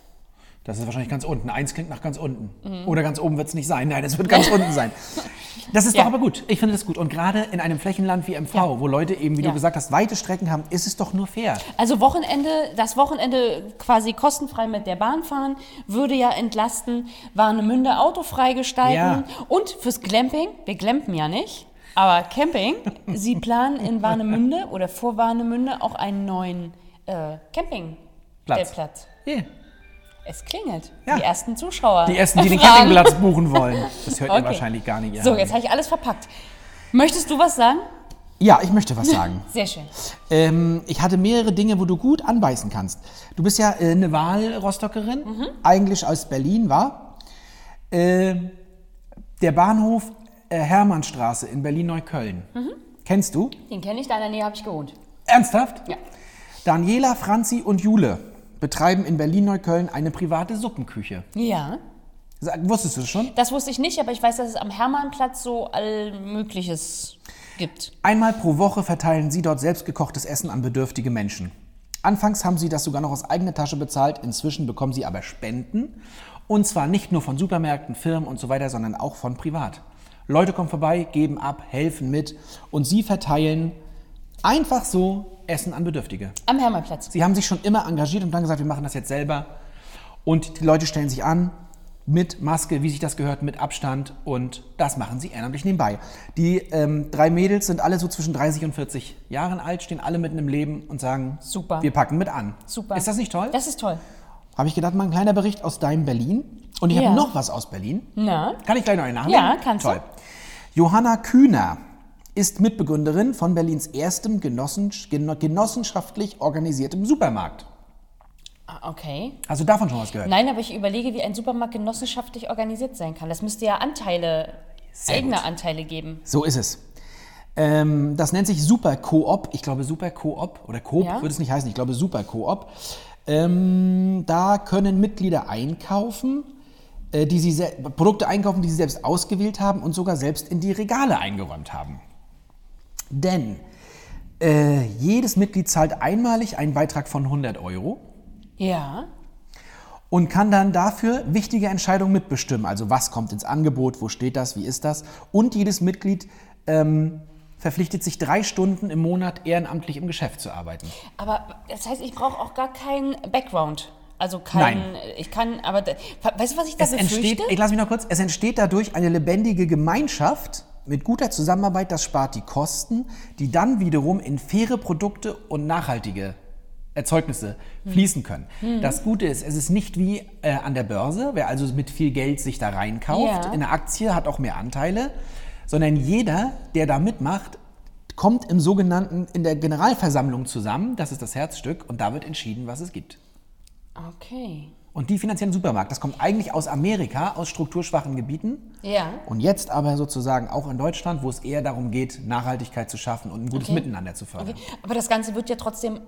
S2: das ist wahrscheinlich ganz unten, eins klingt nach ganz unten.
S3: Mhm.
S2: Oder ganz oben wird es nicht sein, nein, es wird ganz unten sein. Das ist
S3: Ja.
S2: doch aber gut, ich finde das gut. Und gerade in einem Flächenland wie MV, wo Leute eben, wie
S3: Ja.
S2: du gesagt hast, weite Strecken haben, ist es doch nur fair.
S3: Also Wochenende, das Wochenende quasi kostenfrei mit der Bahn fahren, würde ja entlasten, Warnemünde autofrei gestalten
S2: Ja.
S3: und fürs Glamping, wir glampen ja nicht, aber Camping, Sie planen in Warnemünde oder vor Warnemünde auch einen neuen äh,
S2: Platz.
S3: Campingstellplatz.
S2: Yeah.
S3: Es klingelt.
S2: Ja.
S3: Die ersten Zuschauer.
S2: Die ersten, die den
S3: fragen.
S2: Campingplatz buchen wollen. Das hört ihr
S3: Okay.
S2: wahrscheinlich gar nicht. ihr
S3: So,
S2: Hasen.
S3: jetzt habe ich alles verpackt. Möchtest du was sagen?
S2: Ja, ich möchte was sagen.
S3: Sehr schön.
S2: Ähm, ich hatte mehrere Dinge, wo du gut anbeißen kannst. Du bist ja äh, eine Wahlrostockerin,
S3: Mhm.
S2: eigentlich aus Berlin, war. Ähm, der Bahnhof äh, Hermannstraße in Berlin-Neukölln.
S3: Mhm.
S2: Kennst du?
S3: Den kenne ich, da in der Nähe habe ich gewohnt.
S2: Ernsthaft?
S3: Ja.
S2: Daniela, Franzi und Jule betreiben in Berlin-Neukölln eine private Suppenküche.
S3: Ja.
S2: Sag, wusstest du das schon?
S3: Das wusste ich nicht, aber ich weiß, dass es am Hermannplatz so all Mögliches gibt.
S2: Einmal pro Woche verteilen sie dort selbstgekochtes Essen an bedürftige Menschen. Anfangs haben sie das sogar noch aus eigener Tasche bezahlt, inzwischen bekommen sie aber Spenden. Und zwar nicht nur von Supermärkten, Firmen und so weiter, sondern auch von privat. Leute kommen vorbei, geben ab, helfen mit und sie verteilen einfach so Essen an Bedürftige.
S3: Am Hermannplatz.
S2: Sie haben sich schon immer engagiert und dann gesagt, wir machen das jetzt selber. Und die Leute stellen sich an mit Maske, wie sich das gehört, mit Abstand und das machen sie ehrenamtlich nebenbei. Die ähm, drei Mädels sind alle so zwischen 30 und 40 Jahren alt, stehen alle mitten im Leben und sagen,
S3: Super.
S2: wir packen mit an.
S3: Super.
S2: Ist das nicht toll?
S3: Das ist toll.
S2: Habe ich gedacht, mal ein kleiner Bericht aus deinem Berlin. Und ich
S3: Ja.
S2: habe noch was aus Berlin.
S3: Na?
S2: Kann ich gleich noch einen nachlesen?
S3: Ja, kannst du.
S2: Toll. Johanna Kühner ist Mitbegründerin von Berlins erstem Genossen, geno- genossenschaftlich organisiertem Supermarkt.
S3: Ah, Okay.
S2: Hast du davon schon was gehört?
S3: Nein, aber ich überlege, wie ein Supermarkt genossenschaftlich organisiert sein kann. Das müsste ja Anteile, eigene
S2: gut.
S3: Anteile geben.
S2: So ist es. Ähm, das nennt sich Super Coop. Ich glaube, Super Coop oder Coop
S3: Ja.
S2: würde es nicht heißen. Ich glaube, Super Coop. Ähm, da können Mitglieder einkaufen, äh, die sie se- Produkte einkaufen, die sie selbst ausgewählt haben und sogar selbst in die Regale eingeräumt haben. Denn äh, jedes Mitglied zahlt einmalig einen Beitrag von 100 Euro
S3: Ja.
S2: und kann dann dafür wichtige Entscheidungen mitbestimmen. Also was kommt ins Angebot, wo steht das, wie ist das. Und jedes Mitglied ähm, verpflichtet sich drei Stunden im Monat ehrenamtlich im Geschäft zu arbeiten.
S3: Aber das heißt, ich brauche auch gar keinen Background. Also kein, ich kann, aber da- weißt du, was ich da
S2: Es entsteht,
S3: befürchte?
S2: ich lass mich noch kurz, es entsteht dadurch eine lebendige Gemeinschaft mit guter Zusammenarbeit, das spart die Kosten, die dann wiederum in faire Produkte und nachhaltige Erzeugnisse fließen können. Das Gute ist, es ist nicht wie äh, an der Börse, wer also mit viel Geld sich da reinkauft,
S3: Ja.
S2: in eine Aktie hat auch mehr Anteile, sondern jeder, der da mitmacht, kommt im sogenannten in der Generalversammlung zusammen, das ist das Herzstück und da wird entschieden, was es gibt.
S3: Okay.
S2: Und die finanzieren den Supermarkt. Das kommt eigentlich aus Amerika, aus strukturschwachen Gebieten.
S3: Ja.
S2: Und jetzt aber sozusagen auch in Deutschland, wo es eher darum geht, Nachhaltigkeit zu schaffen und ein gutes
S3: Okay.
S2: Miteinander zu fördern.
S3: Okay. Aber das Ganze wird ja trotzdem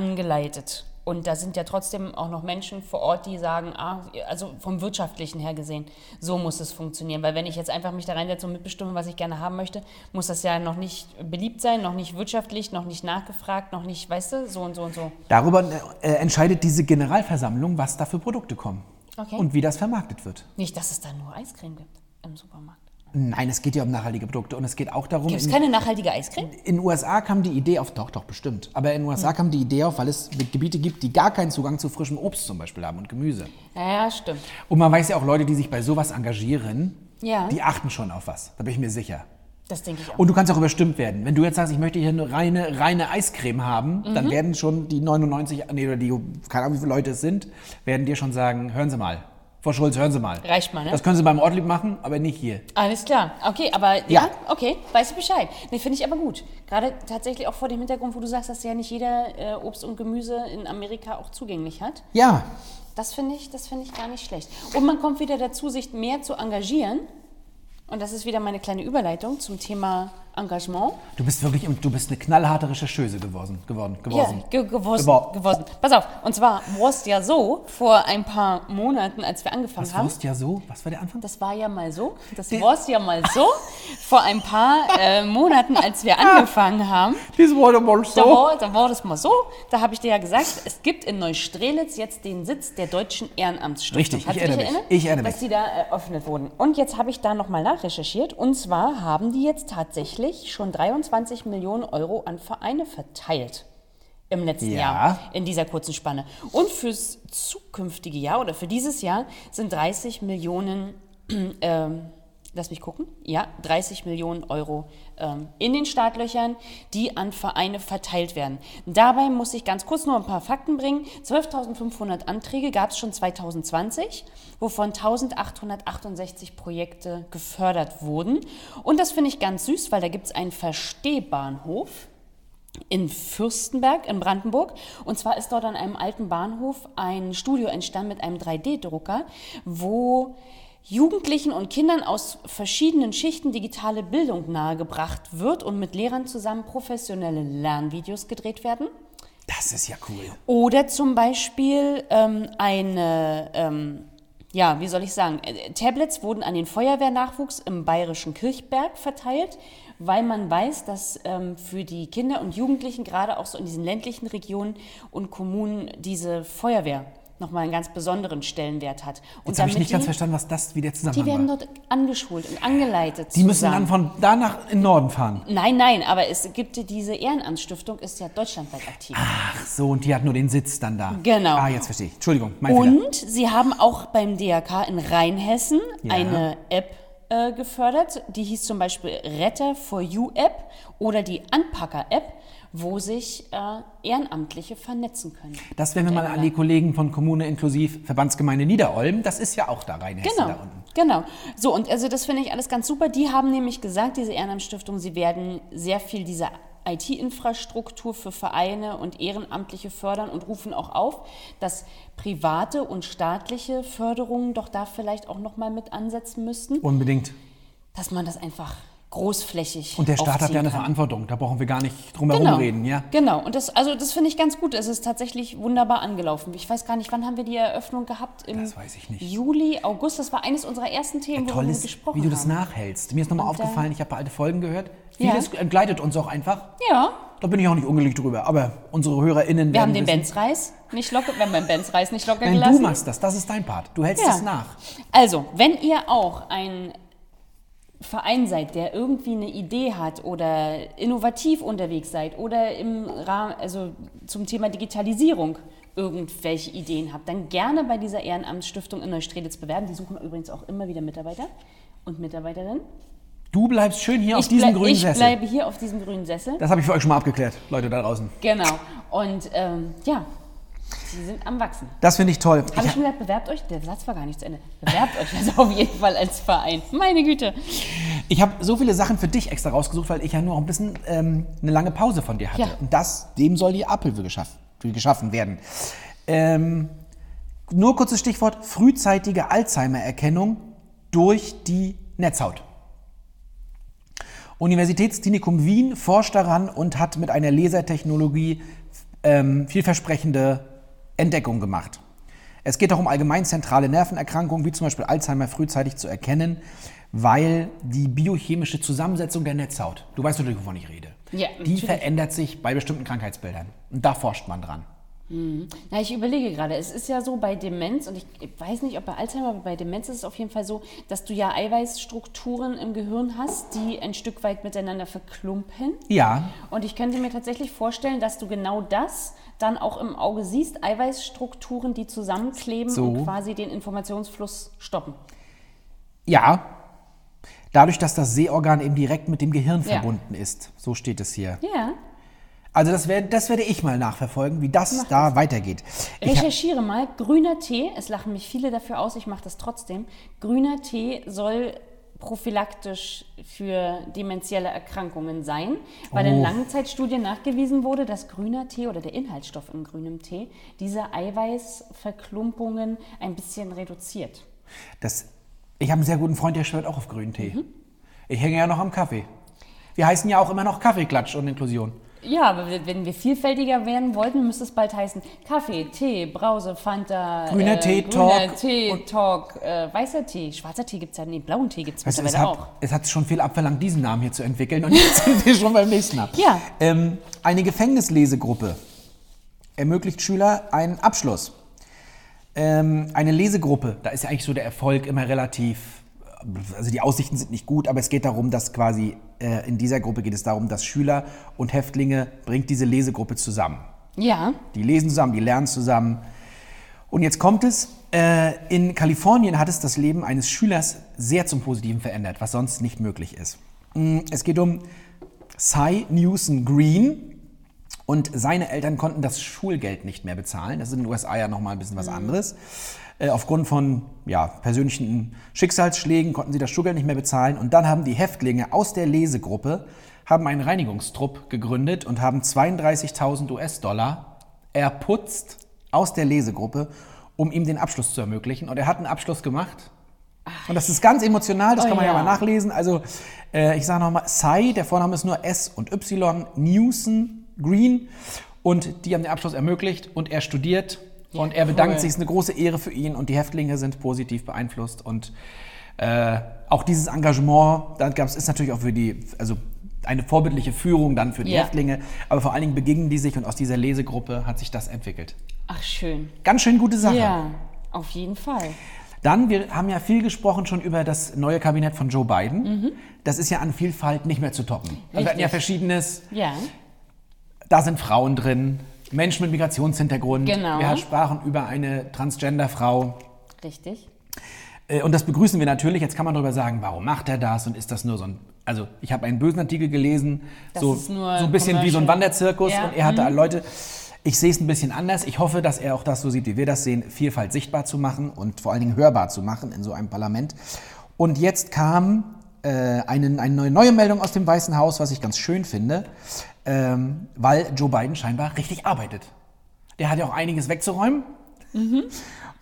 S3: angeleitet. Und da sind ja trotzdem auch noch Menschen vor Ort, die sagen, ah, also vom Wirtschaftlichen her gesehen, so muss es funktionieren. Weil wenn ich jetzt einfach mich da reinsetze und mitbestimme, was ich gerne haben möchte, muss das ja noch nicht beliebt sein, noch nicht wirtschaftlich, noch nicht nachgefragt, noch nicht, weißt du, so und so und so.
S2: Darüber äh, entscheidet diese Generalversammlung, was da für Produkte kommen
S3: Okay.
S2: und wie das vermarktet wird.
S3: Nicht, dass es da nur Eiscreme gibt im Supermarkt.
S2: Nein, es geht ja um nachhaltige Produkte und es geht auch darum,
S3: Gibt es
S2: in-
S3: keine nachhaltige Eiscreme?
S2: in den USA kam die Idee auf, doch, doch, bestimmt. Aber in den USA
S3: Hm.
S2: kam die Idee auf, weil es Gebiete gibt, die gar keinen Zugang zu frischem Obst zum Beispiel haben und Gemüse.
S3: Ja, stimmt.
S2: Und man weiß ja auch Leute, die sich bei sowas engagieren,
S3: Ja.
S2: die achten schon auf was. Da bin ich mir sicher.
S3: Das denke ich auch.
S2: Und du kannst auch überstimmt werden. Wenn du jetzt sagst, ich möchte hier eine reine, reine Eiscreme haben,
S3: Mhm.
S2: dann werden schon die 99, nee, oder die, keine Ahnung, wie viele Leute es sind, werden dir schon sagen, hören Sie mal. Frau Schulz, hören Sie mal.
S3: Reicht mal, ne?
S2: Das können Sie beim Ortlieb machen, aber nicht hier.
S3: Alles klar, okay, aber ja,
S2: Ja.
S3: okay, weißt du Bescheid. Nee, finde ich aber gut. Gerade tatsächlich auch vor dem Hintergrund, wo du sagst, dass ja nicht jeder äh, Obst und Gemüse in Amerika auch zugänglich hat.
S2: Ja,
S3: Das finde ich, das finde ich gar nicht schlecht. Und man kommt wieder dazu, sich mehr zu engagieren. Und das ist wieder meine kleine Überleitung zum Thema Engagement.
S2: du bist wirklich, im- du bist eine knallharte Rechercheuse geworden. geworden, geworden.
S3: Ja, ge gewusst,
S2: Gewor-
S3: gewusst. Pass auf, und zwar war es ja so, vor ein paar Monaten, als wir angefangen
S2: Was
S3: haben,
S2: warst ja so? Was war der Anfang?
S3: Das war ja mal so. Das war es ja mal so. Vor ein paar äh, Monaten, als wir angefangen haben,
S2: Das war der mal
S3: da war, da war das mal so. Da habe ich dir ja gesagt, es gibt in Neustrelitz jetzt den Sitz der Deutschen Ehrenamtsstiftung.
S2: Richtig, ich
S3: Hast du
S2: erinnere
S3: dich
S2: mich.
S3: erinnert?
S2: Ich erinnere mich.
S3: Dass die da eröffnet wurden. Und jetzt habe ich da nochmal nachrecherchiert. Und zwar haben die jetzt tatsächlich schon 23 Millionen Euro an Vereine verteilt. Im letzten
S2: Ja.
S3: Jahr, in dieser kurzen Spanne. Und fürs zukünftige Jahr oder für dieses Jahr sind 30 Millionen, ähm, lass mich gucken, ja, 30 Millionen Euro ähm, in den Startlöchern, die an Vereine verteilt werden. Dabei muss ich ganz kurz nur ein paar Fakten bringen. 12.500 Anträge gab es schon 2020, wovon 1.868 Projekte gefördert wurden. Und das finde ich ganz süß, weil da gibt es einen Verstehbahnhof in Fürstenberg in Brandenburg. Und zwar ist dort an einem alten Bahnhof ein Studio entstanden mit einem 3D-Drucker, wo Jugendlichen und Kindern aus verschiedenen Schichten digitale Bildung nahegebracht wird und mit Lehrern zusammen professionelle Lernvideos gedreht werden.
S2: Das ist ja cool.
S3: Oder zum Beispiel ähm, eine, ähm, ja, wie soll ich sagen, äh, Tablets wurden an den Feuerwehrnachwuchs im bayerischen Kirchberg verteilt, weil man weiß, dass ähm, für die Kinder und Jugendlichen gerade auch so in diesen ländlichen Regionen und Kommunen diese Feuerwehr nochmal einen ganz besonderen Stellenwert hat. Und
S2: Jetzt habe ich
S3: damit
S2: nicht ganz
S3: die,
S2: verstanden, was das wieder zusammen
S3: die werden dort angeschult und angeleitet.
S2: Die müssen
S3: zusammen.
S2: dann von da nach in den Norden fahren.
S3: Nein, nein, aber es gibt diese Ehrenamtsstiftung, ist ja deutschlandweit aktiv.
S2: Ach so, und die hat nur den Sitz dann da.
S3: Genau.
S2: Ah, jetzt verstehe ich. Entschuldigung, mein Fehler.
S3: Und sie haben auch beim DRK in Rheinhessen eine App äh, gefördert, die hieß zum Beispiel Retter for You App oder die Anpacker App, wo sich äh, Ehrenamtliche vernetzen können.
S2: Das wären wir mal an die Kollegen von Kommune inklusiv Verbandsgemeinde Niederolm. Das ist ja auch da rein.
S3: Genau,
S2: Da unten.
S3: genau. So, und also das finde ich alles ganz super. Die haben nämlich gesagt, diese Ehrenamtsstiftung, sie werden sehr viel dieser IT-Infrastruktur für Vereine und Ehrenamtliche fördern und rufen auch auf, dass private und staatliche Förderungen doch da vielleicht auch nochmal mit ansetzen müssten,
S2: Unbedingt.
S3: dass man das einfach großflächig
S2: Und der Staat hat
S3: aufziehen
S2: ja eine
S3: kann.
S2: Verantwortung. Da brauchen wir gar nicht drum herum
S3: Genau,
S2: reden, ja?
S3: genau. Und das, also das finde ich ganz gut. Es ist tatsächlich wunderbar angelaufen. Ich weiß gar nicht, wann haben wir die Eröffnung gehabt? Im
S2: Das weiß ich nicht.
S3: Juli, August. Das war eines unserer ersten Themen, worüber wir
S2: Tolles,
S3: gesprochen
S2: wie du das
S3: haben.
S2: nachhältst. Mir ist nochmal
S3: Und, äh,
S2: aufgefallen, ich habe alte Folgen gehört.
S3: Ja.
S2: Vieles entgleitet uns auch einfach.
S3: Ja,
S2: Da bin ich auch nicht unglücklich drüber. Aber unsere HörerInnen
S3: Wir haben den
S2: werden wissen,
S3: Benz-Reis nicht locker, wir haben den Benz-Reis nicht locker
S2: Nein, du
S3: gelassen.
S2: machst das. Das ist dein Part. Du hältst
S3: Ja.
S2: es nach.
S3: Also, wenn ihr auch ein Verein seid, der irgendwie eine Idee hat oder innovativ unterwegs seid oder im Rahmen, also zum Thema Digitalisierung irgendwelche Ideen habt, dann gerne bei dieser Ehrenamtsstiftung in Neustrelitz bewerben. Die suchen übrigens auch immer wieder Mitarbeiter und Mitarbeiterinnen.
S2: Du bleibst schön hier auf
S3: ich
S2: diesem
S3: blei-
S2: grünen
S3: ich
S2: Sessel.
S3: bleibe hier auf diesem grünen Sessel.
S2: Das habe ich für euch schon mal abgeklärt, Leute da draußen.
S3: Genau. Und ähm, ja, sie sind am Wachsen.
S2: Das finde ich toll. Ich
S3: Habe ich schon gesagt, bewerbt euch? Der Satz war gar nicht zu Ende. Bewerbt euch also auf jeden Fall als Verein. Meine Güte.
S2: Ich habe so viele Sachen für dich extra rausgesucht, weil ich ja nur auch ein bisschen ähm, eine lange Pause von dir hatte.
S3: Ja.
S2: Und das, dem soll die Abhilfe geschaffen, geschaffen werden. Ähm, nur kurzes Stichwort: frühzeitige Alzheimer-Erkennung durch die Netzhaut. Universitätsklinikum Wien forscht daran und hat mit einer Lasertechnologie ähm, vielversprechende Entdeckungen gemacht. Es geht darum, allgemein zentrale Nervenerkrankungen wie zum Beispiel Alzheimer frühzeitig zu erkennen, weil die biochemische Zusammensetzung der Netzhaut, du weißt natürlich, wovon ich rede,
S3: Ja,
S2: die
S3: natürlich.
S2: verändert sich bei bestimmten Krankheitsbildern. Und da forscht man dran.
S3: Na, ich überlege gerade. Es ist ja so bei Demenz, und ich weiß nicht, ob bei Alzheimer, aber bei Demenz ist es auf jeden Fall so, dass du ja Eiweißstrukturen im Gehirn hast, die ein Stück weit miteinander verklumpen.
S2: Ja,
S3: Und ich könnte mir tatsächlich vorstellen, dass du genau das dann auch im Auge siehst, Eiweißstrukturen, die zusammenkleben
S2: So.
S3: und quasi den Informationsfluss stoppen.
S2: ja. Dadurch, dass das Sehorgan eben direkt mit dem Gehirn
S3: Ja.
S2: verbunden ist. So steht es hier.
S3: Ja.
S2: Also das, wär, das werde ich mal nachverfolgen, wie das da weitergeht. Ich hab,
S3: Recherchiere mal, grüner Tee, es lachen mich viele dafür aus, ich mache das trotzdem. Grüner Tee soll prophylaktisch für demenzielle Erkrankungen sein, weil in
S2: Oh.
S3: Langzeitstudien nachgewiesen wurde, dass grüner Tee oder der Inhaltsstoff in grünem Tee diese Eiweißverklumpungen ein bisschen reduziert.
S2: das, ich habe einen sehr guten Freund, der schwört auch auf grünen Tee. Ich hänge ja noch am Kaffee. Wir heißen ja auch immer noch Kaffeeklatsch und Inklusion.
S3: Ja, aber wir- wenn wir vielfältiger werden wollten, müsste es bald heißen Kaffee, Tee, Brause, Fanta, äh,
S2: Grüner Tee,
S3: grüner
S2: Talk
S3: Tee,
S2: und-
S3: Talk äh, weißer Tee, schwarzer Tee gibt es ja, nee, blauen Tee gibt es
S2: Weißt du,
S3: mittlerweile
S2: es, hat,
S3: auch.
S2: es hat schon viel abverlangt, diesen Namen hier zu entwickeln und jetzt sind wir schon beim nächsten ab.
S3: Ja.
S2: Ähm, eine Gefängnislesegruppe ermöglicht Schüler einen Abschluss. Ähm, eine Lesegruppe, da ist ja eigentlich so der Erfolg immer relativ, also die Aussichten sind nicht gut, aber es geht darum, dass quasi äh, in dieser Gruppe geht es darum, dass Schüler und Häftlinge bringt diese Lesegruppe zusammen.
S3: Ja.
S2: Die lesen zusammen, die lernen zusammen. Und jetzt kommt es. Äh, in Kalifornien hat es das Leben eines Schülers sehr zum Positiven verändert, was sonst nicht möglich ist. Mm, Es geht um Cy Newson Green und seine Eltern konnten das Schulgeld nicht mehr bezahlen. Das ist in den USA ja nochmal ein bisschen was anderes. Äh, aufgrund von ja, persönlichen Schicksalsschlägen konnten sie das Schulgeld nicht mehr bezahlen. Und dann haben die Häftlinge aus der Lesegruppe haben einen Reinigungstrupp gegründet und haben 32.000 US-Dollar erputzt aus der Lesegruppe, um ihm den Abschluss zu ermöglichen. Und er hat einen Abschluss gemacht. Und das ist ganz emotional, das
S3: Oh
S2: kann man ja,
S3: ja.
S2: mal nachlesen. Also äh, ich sage nochmal, Sai, der Vorname ist nur S und Y, Newson, Green. Und die haben den Abschluss ermöglicht und er studiert. und er bedankt
S3: cool.
S2: sich, es ist eine große Ehre für ihn und die Häftlinge sind positiv beeinflusst. Und äh, auch dieses Engagement, da gab es, ist natürlich auch für die, also eine vorbildliche Führung dann für die
S3: Ja.
S2: Häftlinge. Aber vor allen Dingen begegnen die sich und aus dieser Lesegruppe hat sich das entwickelt.
S3: Ach, schön.
S2: Ganz schön gute Sache.
S3: Ja, auf jeden Fall.
S2: Dann, wir haben ja viel gesprochen schon über das neue Kabinett von Joe Biden. Das ist ja an Vielfalt nicht mehr zu toppen. Also Wir hatten ja
S3: Mhm. Richtig.
S2: verschiedenes.
S3: Ja.
S2: Da sind Frauen drin, Menschen mit Migrationshintergrund.
S3: Genau.
S2: Wir sprachen über eine Transgender-Frau.
S3: Richtig.
S2: Äh, Und das begrüßen wir natürlich. Jetzt kann man darüber sagen, warum macht er das und ist das nur so ein. Also, ich habe einen bösen Artikel gelesen,
S3: Das
S2: so,
S3: ist nur
S2: so ein bisschen wie so ein
S3: commercial.
S2: Wanderzirkus.
S3: Ja, Mhm.
S2: Und er hatte Leute. Ich sehe es ein bisschen anders. Ich hoffe, dass er auch das so sieht, wie wir das sehen, Vielfalt sichtbar zu machen und vor allen Dingen hörbar zu machen in so einem Parlament. Und jetzt kam äh, eine, eine neue, neue Meldung aus dem Weißen Haus, was ich ganz schön finde, ähm, weil Joe Biden scheinbar richtig arbeitet. Der hat ja auch einiges wegzuräumen.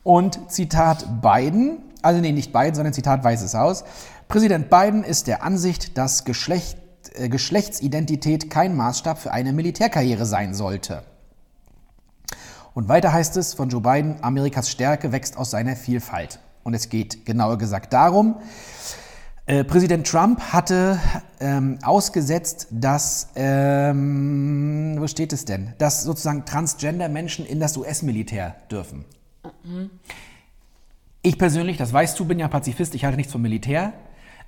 S2: Und Zitat Biden, also nee, nicht Biden, sondern Zitat Weißes Haus. Präsident Biden ist der Ansicht, dass Geschlecht, äh, Geschlechtsidentität kein Maßstab für eine Militärkarriere sein sollte. Und weiter heißt es von Joe Biden, Amerikas Stärke wächst aus seiner Vielfalt. Und es geht genauer gesagt darum, äh, Präsident Trump hatte ähm, ausgesetzt, dass, ähm, wo steht es denn, dass sozusagen Transgender-Menschen in das US-Militär dürfen. Ich persönlich, das weißt du, bin ja Pazifist, ich halte nichts vom Militär.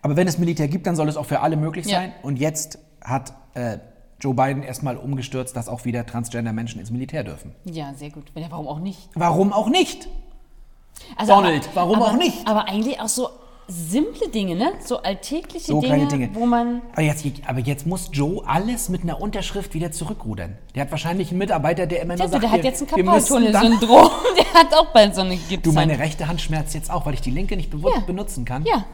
S2: Aber wenn es Militär gibt, dann soll es auch für alle möglich
S3: Ja.
S2: sein. Und jetzt hat äh, Joe Biden erstmal umgestürzt, dass auch wieder Transgender-Menschen ins Militär dürfen.
S3: Ja, sehr gut. Ja, Warum auch nicht?
S2: Warum auch nicht?
S3: Also,
S2: Donald, warum
S3: aber,
S2: auch nicht?
S3: Aber eigentlich auch so simple Dinge, ne? So alltägliche
S2: So kleine
S3: Dinge,
S2: Dinge.
S3: wo man.
S2: Aber jetzt, aber jetzt muss Joe alles mit einer Unterschrift wieder zurückrudern. Der hat wahrscheinlich einen Mitarbeiter, der immer nur
S3: Tja,
S2: sagt,
S3: der hat
S2: wir-
S3: jetzt ein
S2: wir müssen dann-
S3: Kapaltunnel-Syndrom. Der hat auch bald so eine Gips.
S2: Du, meine rechte Hand schmerzt jetzt auch, weil ich die linke nicht bewusst
S3: Ja.
S2: benutzen kann.
S3: Ja.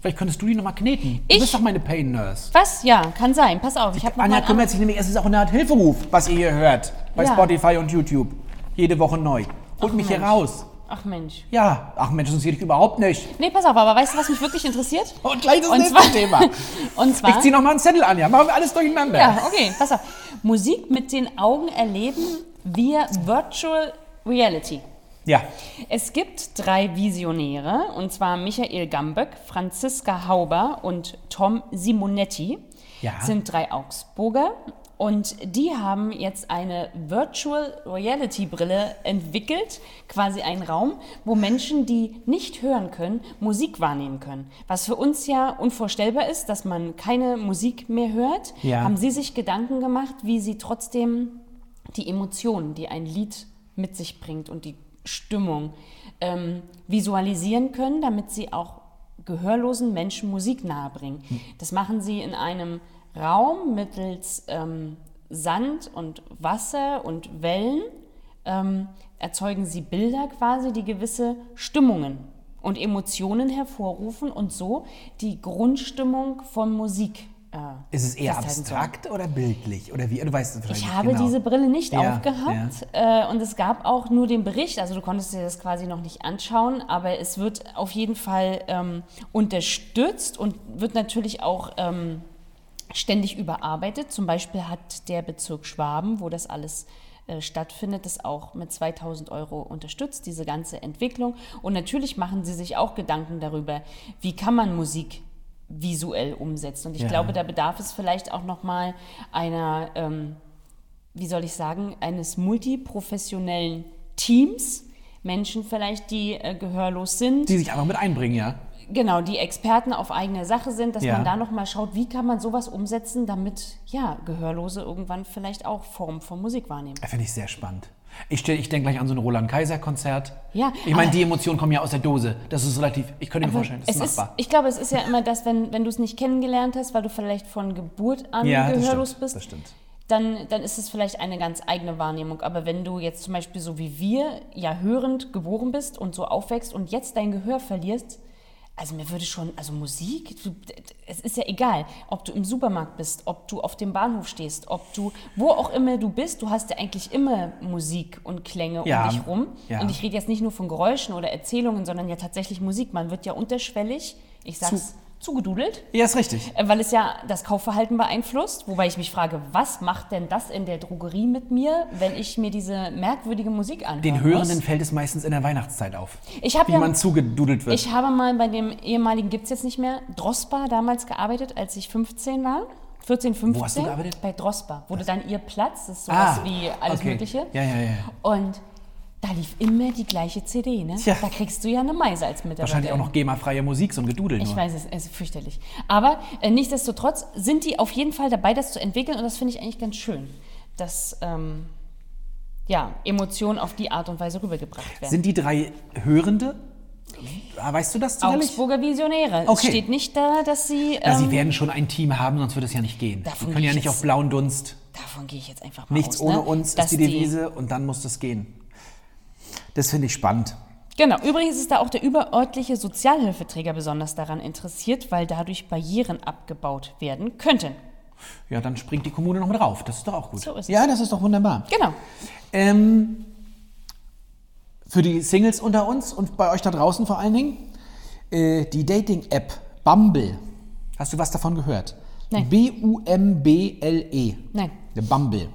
S2: Vielleicht könntest du die nochmal kneten. Du
S3: Ich-
S2: bist doch meine Pain-Nurse.
S3: Was? Ja, kann sein. Pass auf, ich habe noch
S2: Anja
S3: mal einen
S2: kümmert sich nämlich, es ist auch eine Art Hilferuf, was ihr hier hört. Bei
S3: Ja.
S2: Spotify und YouTube. Jede Woche neu. Holt mich hier
S3: Mensch.
S2: raus.
S3: anderen- Ach Mensch.
S2: Ja, ach Mensch, das sehe ich überhaupt nicht.
S3: Nee, pass auf, aber weißt du, was mich wirklich interessiert?
S2: Und gleich das
S3: Und
S2: nächste
S3: zwar-
S2: Thema.
S3: Und zwar.
S2: Ich ziehe nochmal einen Zettel an, ja. Machen wir alles durcheinander.
S3: Ja, okay, pass auf. Musik mit den Augen erleben via Virtual Reality.
S2: Ja.
S3: Es gibt drei Visionäre, und zwar Michael Gamböck, Franziska Hauber und Tom Simonetti.
S2: Ja.
S3: Sind drei Augsburger. Und die haben jetzt eine Virtual Reality Brille entwickelt, quasi einen Raum, wo Menschen, die nicht hören können, Musik wahrnehmen können. Was für uns ja unvorstellbar ist, dass man keine Musik mehr hört,
S2: Ja.
S3: haben sie sich Gedanken gemacht, wie sie trotzdem die Emotionen, die ein Lied mit sich bringt und die Stimmung ähm, visualisieren können, damit sie auch gehörlosen Menschen Musik nahebringen. Das machen sie in einem Raum mittels ähm, Sand und Wasser und Wellen, ähm, erzeugen sie Bilder quasi, die gewisse Stimmungen und Emotionen hervorrufen und so die Grundstimmung von Musik. Äh,
S2: Ist es eher
S3: festhalten sollen.
S2: abstrakt oder bildlich? Oder wie? Du weißt es vielleicht
S3: Ich
S2: nicht
S3: habe
S2: genau.
S3: diese Brille nicht
S2: Ja,
S3: aufgehabt äh, und es gab auch nur den Bericht, also du konntest dir das quasi noch nicht anschauen, aber es wird auf jeden Fall ähm, unterstützt und wird natürlich auch ähm, ständig überarbeitet. Zum Beispiel hat der Bezirk Schwaben, wo das alles äh, stattfindet, das auch mit 2000 Euro unterstützt, diese ganze Entwicklung. Und natürlich machen sie sich auch Gedanken darüber, wie kann man Musik visuell umsetzen. Und ich
S2: Ja.
S3: glaube, da bedarf es vielleicht auch nochmal einer ähm, wie soll ich sagen, eines multiprofessionellen Teams. Menschen vielleicht, die äh, gehörlos sind,
S2: Die sich einfach mit einbringen, ja.
S3: genau, die Experten auf eigene Sache sind, dass
S2: Ja.
S3: man da nochmal schaut, wie kann man sowas umsetzen, damit ja, Gehörlose irgendwann vielleicht auch Formen von Musik wahrnehmen.
S2: Das finde ich sehr spannend. Ich, stell- ich denke gleich an so ein Roland-Kaiser-Konzert.
S3: Ja,
S2: Ich meine,
S3: aber-
S2: die Emotionen kommen ja aus der Dose. Das ist relativ. Ich könnte mir vorstellen, das
S3: Also Es
S2: ist
S3: ist,
S2: machbar.
S3: ich glaube, es ist ja immer das, wenn, wenn du es nicht kennengelernt hast, weil du vielleicht von Geburt an
S2: ja, das
S3: gehörlos
S2: stimmt.
S3: bist,
S2: Das stimmt.
S3: dann, dann ist es vielleicht eine ganz eigene Wahrnehmung. Aber wenn du jetzt zum Beispiel so wie wir ja hörend geboren bist und so aufwächst und jetzt dein Gehör verlierst, also mir würde schon, also Musik, du, es ist ja egal, ob du im Supermarkt bist, ob du auf dem Bahnhof stehst, ob du, wo auch immer du bist, du hast ja eigentlich immer Musik und Klänge
S2: Ja,
S3: um dich rum.
S2: ja.
S3: Und ich rede jetzt nicht nur von Geräuschen oder Erzählungen, sondern ja tatsächlich Musik. Man wird ja unterschwellig, ich sag's, zugedudelt.
S2: Ja, ist richtig.
S3: Äh, Weil es ja das Kaufverhalten beeinflusst, wobei ich mich frage, was macht denn das in der Drogerie mit mir, wenn ich mir diese merkwürdige Musik anhöre?
S2: Den Hörenden fällt es meistens in der Weihnachtszeit auf.
S3: Ich hab
S2: wie
S3: ja-
S2: man zugedudelt wird.
S3: Ich habe mal bei dem ehemaligen, gibt's jetzt nicht mehr, Drospa damals gearbeitet, als ich 15 war. 14, 15.
S2: Wo hast du gearbeitet?
S3: Bei Drosper wurde dann ihr Platz, das ist sowas
S2: Ah,
S3: wie alles
S2: okay.
S3: Mögliche.
S2: Ja, ja, ja.
S3: Und da lief immer die gleiche CD, ne?
S2: Tja.
S3: Da kriegst du ja eine Meise als Mitarbeiter.
S2: Wahrscheinlich auch noch GEMA-freie Musik, so ein Gedudel
S3: Ich
S2: nur.
S3: weiß es, es ist fürchterlich. Aber äh, nichtsdestotrotz sind die auf jeden Fall dabei, das zu entwickeln und das finde ich eigentlich ganz schön, dass ähm, ja, Emotionen auf die Art und Weise rübergebracht werden.
S2: Sind die drei Hörende? Ah, Weißt du das zufällig?
S3: Augsburger Visionäre.
S2: Okay.
S3: Es steht nicht da, dass sie.
S2: Ja, sie
S3: ähm,
S2: werden schon ein Team haben, sonst würde es ja nicht gehen.
S3: Davon
S2: Sie können
S3: gehe
S2: ja
S3: ich
S2: nicht
S3: jetzt-
S2: auf blauen Dunst.
S3: davon gehe ich jetzt einfach mal
S2: Nichts
S3: aus.
S2: ohne
S3: ne?
S2: uns
S3: Dass
S2: ist die Devise und dann muss das gehen. Das finde ich spannend.
S3: Genau, übrigens ist da auch der überörtliche Sozialhilfeträger besonders daran interessiert, weil dadurch Barrieren abgebaut werden könnten.
S2: Ja, dann springt die Kommune noch mit drauf. Das ist doch auch gut.
S3: So ist es.
S2: ja, das ist doch wunderbar.
S3: Genau.
S2: Ähm, für die Singles unter uns und bei euch da draußen vor allen Dingen, äh, die Dating-App Bumble. Hast du was davon gehört?
S3: Nein.
S2: B-U-M-B-L-E.
S3: Nein.
S2: Der Bumble.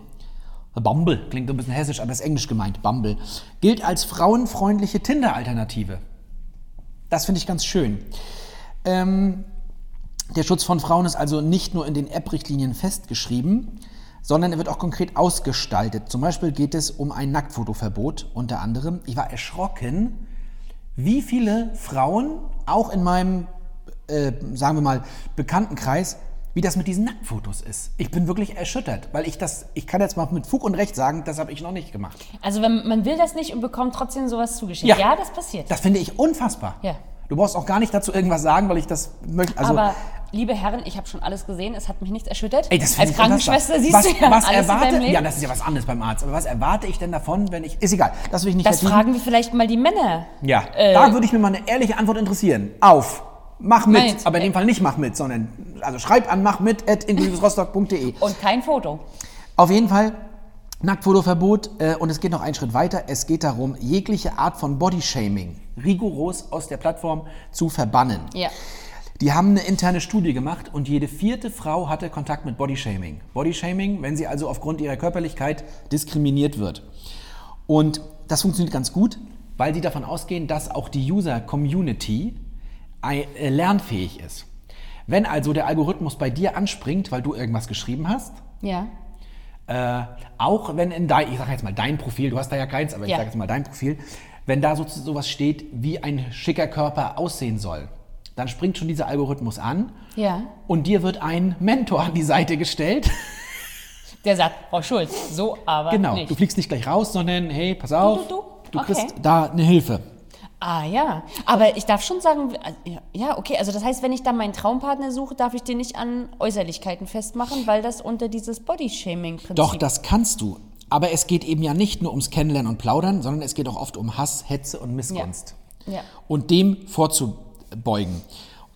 S2: Bumble klingt so ein bisschen hessisch, aber ist englisch gemeint. Bumble. Gilt als frauenfreundliche Tinder-Alternative. Das finde ich ganz schön. Ähm, der Schutz von Frauen ist also nicht nur in den App-Richtlinien festgeschrieben, sondern er wird auch konkret ausgestaltet. Zum Beispiel geht es um ein Nacktfotoverbot unter anderem. Ich war erschrocken, wie viele Frauen auch in meinem, äh, sagen wir mal, Bekanntenkreis, wie das mit diesen Nacktfotos ist. Ich bin wirklich erschüttert, weil ich das, ich kann jetzt mal mit Fug und Recht sagen, das habe ich noch nicht gemacht.
S3: Also wenn man will das nicht und bekommt trotzdem sowas zugeschickt.
S2: Ja.
S3: Ja, das passiert.
S2: Das finde ich unfassbar.
S3: Ja.
S2: Du brauchst auch gar nicht dazu irgendwas sagen, weil ich das möchte. Also,
S3: Aber liebe Herren, ich habe schon alles gesehen, es hat mich nichts erschüttert.
S2: Ey, das finde
S3: Als
S2: ich
S3: Krankenschwester siehst
S2: unfassbar.
S3: du ja
S2: was, was
S3: alles
S2: erwarte,
S3: in deinem Leben.
S2: Ja, das ist ja was anderes beim Arzt. Aber was erwarte ich denn davon, wenn ich. Ist egal, das will ich nicht
S3: das
S2: vertiefen.
S3: fragen wir vielleicht mal die Männer.
S2: Ja,
S3: Äh,
S2: da würde ich mir mal eine ehrliche Antwort interessieren. Auf, mach mit.
S3: Nein, jetzt-
S2: aber in dem Fall nicht mach mit, sondern. Also schreib an mach mit at inklusivesrostock.de.
S3: Und kein Foto.
S2: Auf jeden Fall. Nacktfotoverbot äh, und es geht noch einen Schritt weiter. Es geht darum, jegliche Art von Bodyshaming rigoros aus der Plattform zu verbannen.
S3: Ja.
S2: Die haben eine interne Studie gemacht und jede vierte Frau hatte Kontakt mit Bodyshaming. Bodyshaming, wenn sie also aufgrund ihrer Körperlichkeit diskriminiert wird. Und das funktioniert ganz gut, weil sie davon ausgehen, dass auch die User-Community ei- äh, lernfähig ist. Wenn also der Algorithmus bei dir anspringt, weil du irgendwas geschrieben hast,
S3: Ja.
S2: äh, auch wenn in dein, ich sage jetzt mal dein Profil, du hast da ja keins, aber ich
S3: Ja.
S2: sage jetzt mal dein Profil, wenn da so, sowas steht, wie ein schicker Körper aussehen soll, dann springt schon dieser Algorithmus an
S3: Ja.
S2: und dir wird ein Mentor an die Seite gestellt.
S3: Der sagt, Frau Schulz, so aber
S2: genau,
S3: nicht.
S2: du fliegst nicht gleich raus, sondern hey, pass auf,
S3: du, du. Okay.
S2: kriegst da eine Hilfe.
S3: Ah ja, aber ich darf schon sagen, äh, ja, okay, also das heißt, wenn ich dann meinen Traumpartner suche, darf ich den nicht an Äußerlichkeiten festmachen, weil das unter dieses Bodyshaming-Prinzip...
S2: Doch, das kannst du. Aber es geht eben ja nicht nur ums Kennenlernen und Plaudern, sondern es geht auch oft um Hass, Hetze und Missgunst.
S3: Ja.
S2: und dem vorzubeugen.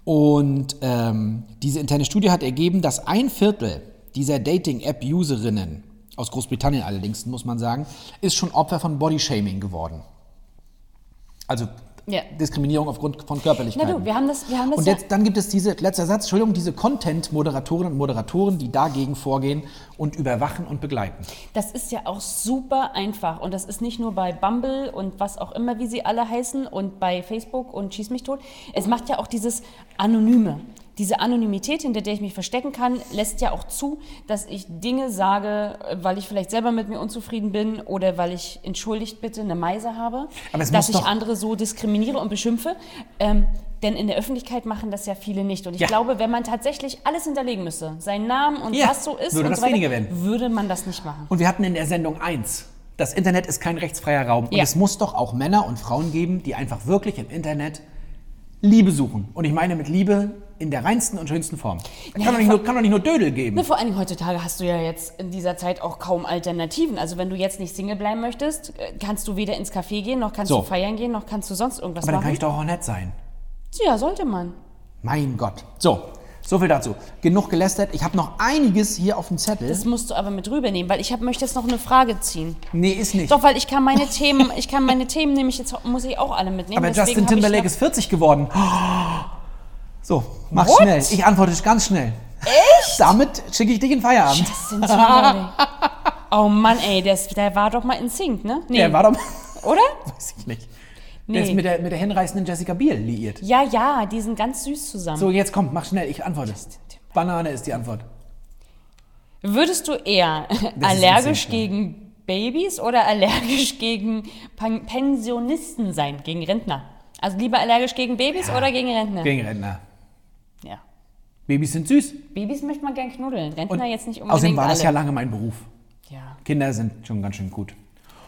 S2: Und ähm, diese interne Studie hat ergeben, dass ein Viertel dieser Dating-App-Userinnen, aus Großbritannien allerdings, muss man sagen, ist schon Opfer von Bodyshaming geworden. Also
S3: Ja.
S2: Diskriminierung aufgrund von Körperlichkeit.
S3: Na du, wir haben das, wir haben das
S2: Und jetzt, dann gibt es diese, letzter Satz, Entschuldigung, diese Content-Moderatorinnen und Moderatoren, die dagegen vorgehen und überwachen und begleiten.
S3: ja, das ist ja auch super einfach und das ist nicht nur bei Bumble und was auch immer, wie sie alle heißen und bei Facebook und Schieß mich tot, es macht ja auch dieses Anonyme. Diese Anonymität, hinter der ich mich verstecken kann, lässt ja auch zu, dass ich Dinge sage, äh, weil ich vielleicht selber mit mir unzufrieden bin oder weil ich entschuldigt bitte eine Meise habe.
S2: Aber es muss
S3: dass ich
S2: doch-
S3: andere so diskriminiere und beschimpfe. Ähm, denn in der Öffentlichkeit machen das ja viele nicht. Und ich
S2: Ja.
S3: glaube, wenn man tatsächlich alles hinterlegen müsste, seinen Namen und
S2: Ja,
S3: was so ist,
S2: würde
S3: und
S2: das
S3: so weiter,
S2: weniger werden.
S3: würde man das nicht machen.
S2: Und wir hatten in der Sendung eins: das Internet ist kein rechtsfreier Raum. Und
S3: Ja.
S2: es muss doch auch Männer und Frauen geben, die einfach wirklich im Internet Liebe suchen. Und ich meine mit Liebe in der reinsten und schönsten Form.
S3: Ja,
S2: kann, doch nicht
S3: vor-
S2: nur, kann doch nicht nur Dödel geben.
S3: Ne, vor allen Dingen heutzutage hast du ja jetzt in dieser Zeit auch kaum Alternativen. Also wenn du jetzt nicht Single bleiben möchtest, äh, kannst du weder ins Café gehen, noch kannst
S2: So.
S3: du feiern gehen, noch kannst du sonst irgendwas
S2: Aber dann kann
S3: machen.
S2: ich doch auch nett sein.
S3: ja, sollte man.
S2: Mein Gott. So, so viel dazu. Genug gelästert. Ich habe noch einiges hier auf dem Zettel.
S3: Das musst du aber mit rübernehmen, weil ich hab, möchte jetzt noch eine Frage ziehen.
S2: nee, ist nicht.
S3: Doch, weil ich kann meine Themen, ich kann meine Themen nämlich jetzt muss ich auch alle mitnehmen.
S2: Aber
S3: Deswegen
S2: Justin
S3: hab ich
S2: Timberlake
S3: noch-
S2: ist 40 geworden. Oh. So, mach
S3: What?
S2: schnell. Ich antworte ganz schnell. Echt? Damit schicke ich dich in Feierabend.
S3: Justin Timberlake. Oh Mann, ey, der, ist, der war doch mal in Sync, ne? Nee,
S2: Ja, war doch mal.
S3: oder?
S2: Weiß ich nicht.
S3: Nee.
S2: Der ist mit der, mit der hinreißenden Jessica Biel liiert.
S3: Ja, ja, die sind ganz süß zusammen.
S2: So, jetzt komm, mach schnell, ich antworte.
S3: Timberlake.
S2: Banane ist die Antwort.
S3: Würdest du eher
S2: Das ist
S3: allergisch
S2: insane,
S3: gegen Babys oder allergisch gegen Pen- Pensionisten sein, gegen Rentner? Also lieber allergisch gegen Babys oder gegen Rentner?
S2: Gegen Rentner.
S3: ja.
S2: Babys sind süß.
S3: Babys möchte man gern knuddeln, Rentner jetzt nicht unbedingt
S2: Außerdem war
S3: alle.
S2: das ja lange mein Beruf.
S3: ja.
S2: Kinder sind schon ganz schön gut.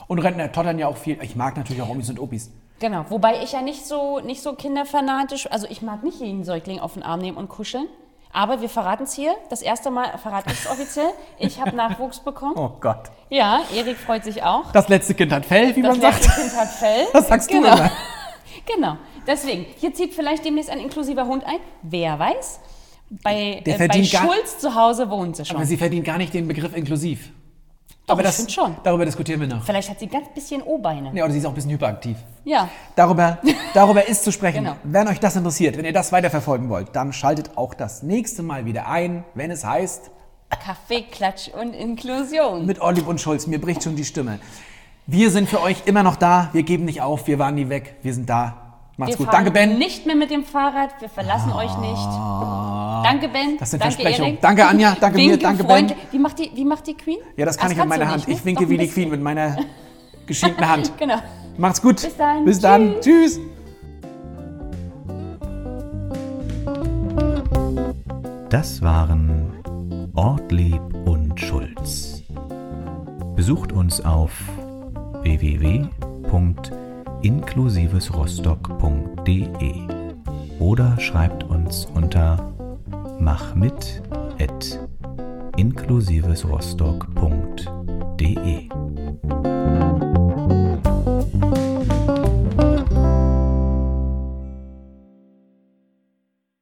S2: Und Rentner tottern ja auch viel. Ich mag natürlich auch Omis und Opis.
S3: Genau, wobei ich ja nicht so, nicht so kinderfanatisch, also ich mag nicht jeden Säugling auf den Arm nehmen und kuscheln. Aber wir verraten es hier. Das erste Mal verrate ich es offiziell. Ich habe Nachwuchs bekommen.
S2: Oh Gott.
S3: Ja, Erik freut sich auch.
S2: Das letzte Kind hat Fell, wie
S3: Das
S2: man
S3: letzte
S2: sagt.
S3: Kind hat Fell.
S2: Das sagst du
S3: genau.
S2: immer.
S3: Genau. Deswegen, hier zieht vielleicht demnächst ein inklusiver Hund ein. Wer weiß? Bei,
S2: Der
S3: äh, bei
S2: verdient gar-
S3: Schulz zu Hause wohnt sie schon.
S2: Aber sie verdient gar nicht den Begriff inklusiv.
S3: Doch,
S2: Aber
S3: ich
S2: das
S3: find schon.
S2: Darüber diskutieren wir noch.
S3: Vielleicht hat sie ein ganz bisschen O-Beine.
S2: Ja, oder sie ist auch ein bisschen hyperaktiv.
S3: Ja.
S2: Darüber, darüber ist zu sprechen.
S3: Genau.
S2: Wenn euch das interessiert, wenn ihr das weiterverfolgen wollt, dann schaltet auch das nächste Mal wieder ein, wenn es heißt,
S3: Kaffee, Klatsch und Inklusion.
S2: mit Orlieb und Schulz, mir bricht schon die Stimme. Wir sind für euch immer noch da, wir geben nicht auf, wir waren nie weg, wir sind da. Macht's
S3: wir
S2: gut.
S3: fahren
S2: Danke, Ben.
S3: nicht mehr mit dem Fahrrad. Wir verlassen euch nicht. Danke, Ben.
S2: Ah. Das sind
S3: danke,
S2: Versprechungen.
S3: Erik.
S2: Danke, Anja. Danke
S3: Winke
S2: mir. Danke, Ben.
S3: freundlich. Wie macht, die, wie macht die Queen?
S2: Ja, das kann ich mit
S3: kannst du
S2: meiner
S3: nicht,
S2: Hand.
S3: ne?
S2: Ich
S3: Doch
S2: winke
S3: ein
S2: wie die
S3: bisschen.
S2: Queen mit meiner geschinkten Hand.
S3: Genau.
S2: Macht's gut.
S3: Bis dann.
S2: Bis dann. Tschüss.
S1: Das waren Ortlieb und Schulz. Besucht uns auf www.inklusivesrostock.de E oder schreibt uns unter machmit@inklusivesrostock.de.